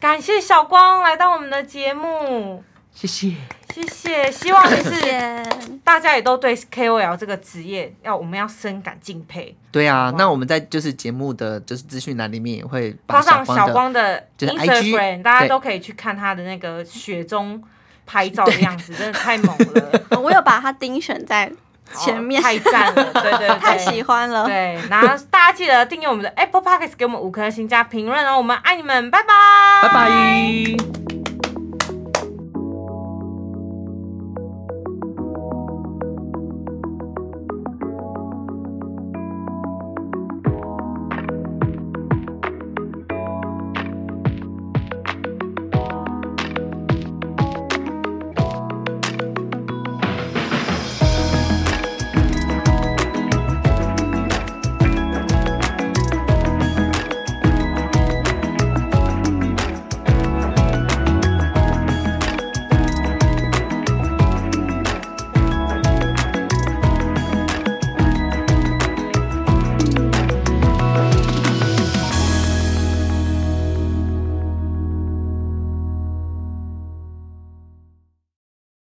[SPEAKER 1] 感谢小光来到我们的节目，
[SPEAKER 2] 谢谢，
[SPEAKER 1] 谢谢，希望就
[SPEAKER 2] <laughs>
[SPEAKER 5] 谢
[SPEAKER 1] 是
[SPEAKER 5] 谢。 <laughs>
[SPEAKER 1] 大家也都对 KOL 这个职业要我们要深感敬佩。
[SPEAKER 2] 对啊
[SPEAKER 1] 哇，
[SPEAKER 2] 那我们在就是节目的就是资讯栏里面也会把
[SPEAKER 1] 加上
[SPEAKER 2] 光
[SPEAKER 1] 小
[SPEAKER 2] 的
[SPEAKER 1] 光的
[SPEAKER 2] 就是 IG
[SPEAKER 1] Instagram，大家
[SPEAKER 2] 对
[SPEAKER 1] 都可以去看他的那个雪中拍照的样子，真的太猛了，
[SPEAKER 5] 哦我有把它精选在 <laughs> 前面
[SPEAKER 1] 哦，太赞了，对对对，
[SPEAKER 5] 太喜欢了。
[SPEAKER 1] 对，然后大家记得订阅我们的 Apple Podcast，给我们五颗星加评论哦，我们爱你们，拜拜，
[SPEAKER 2] 拜拜。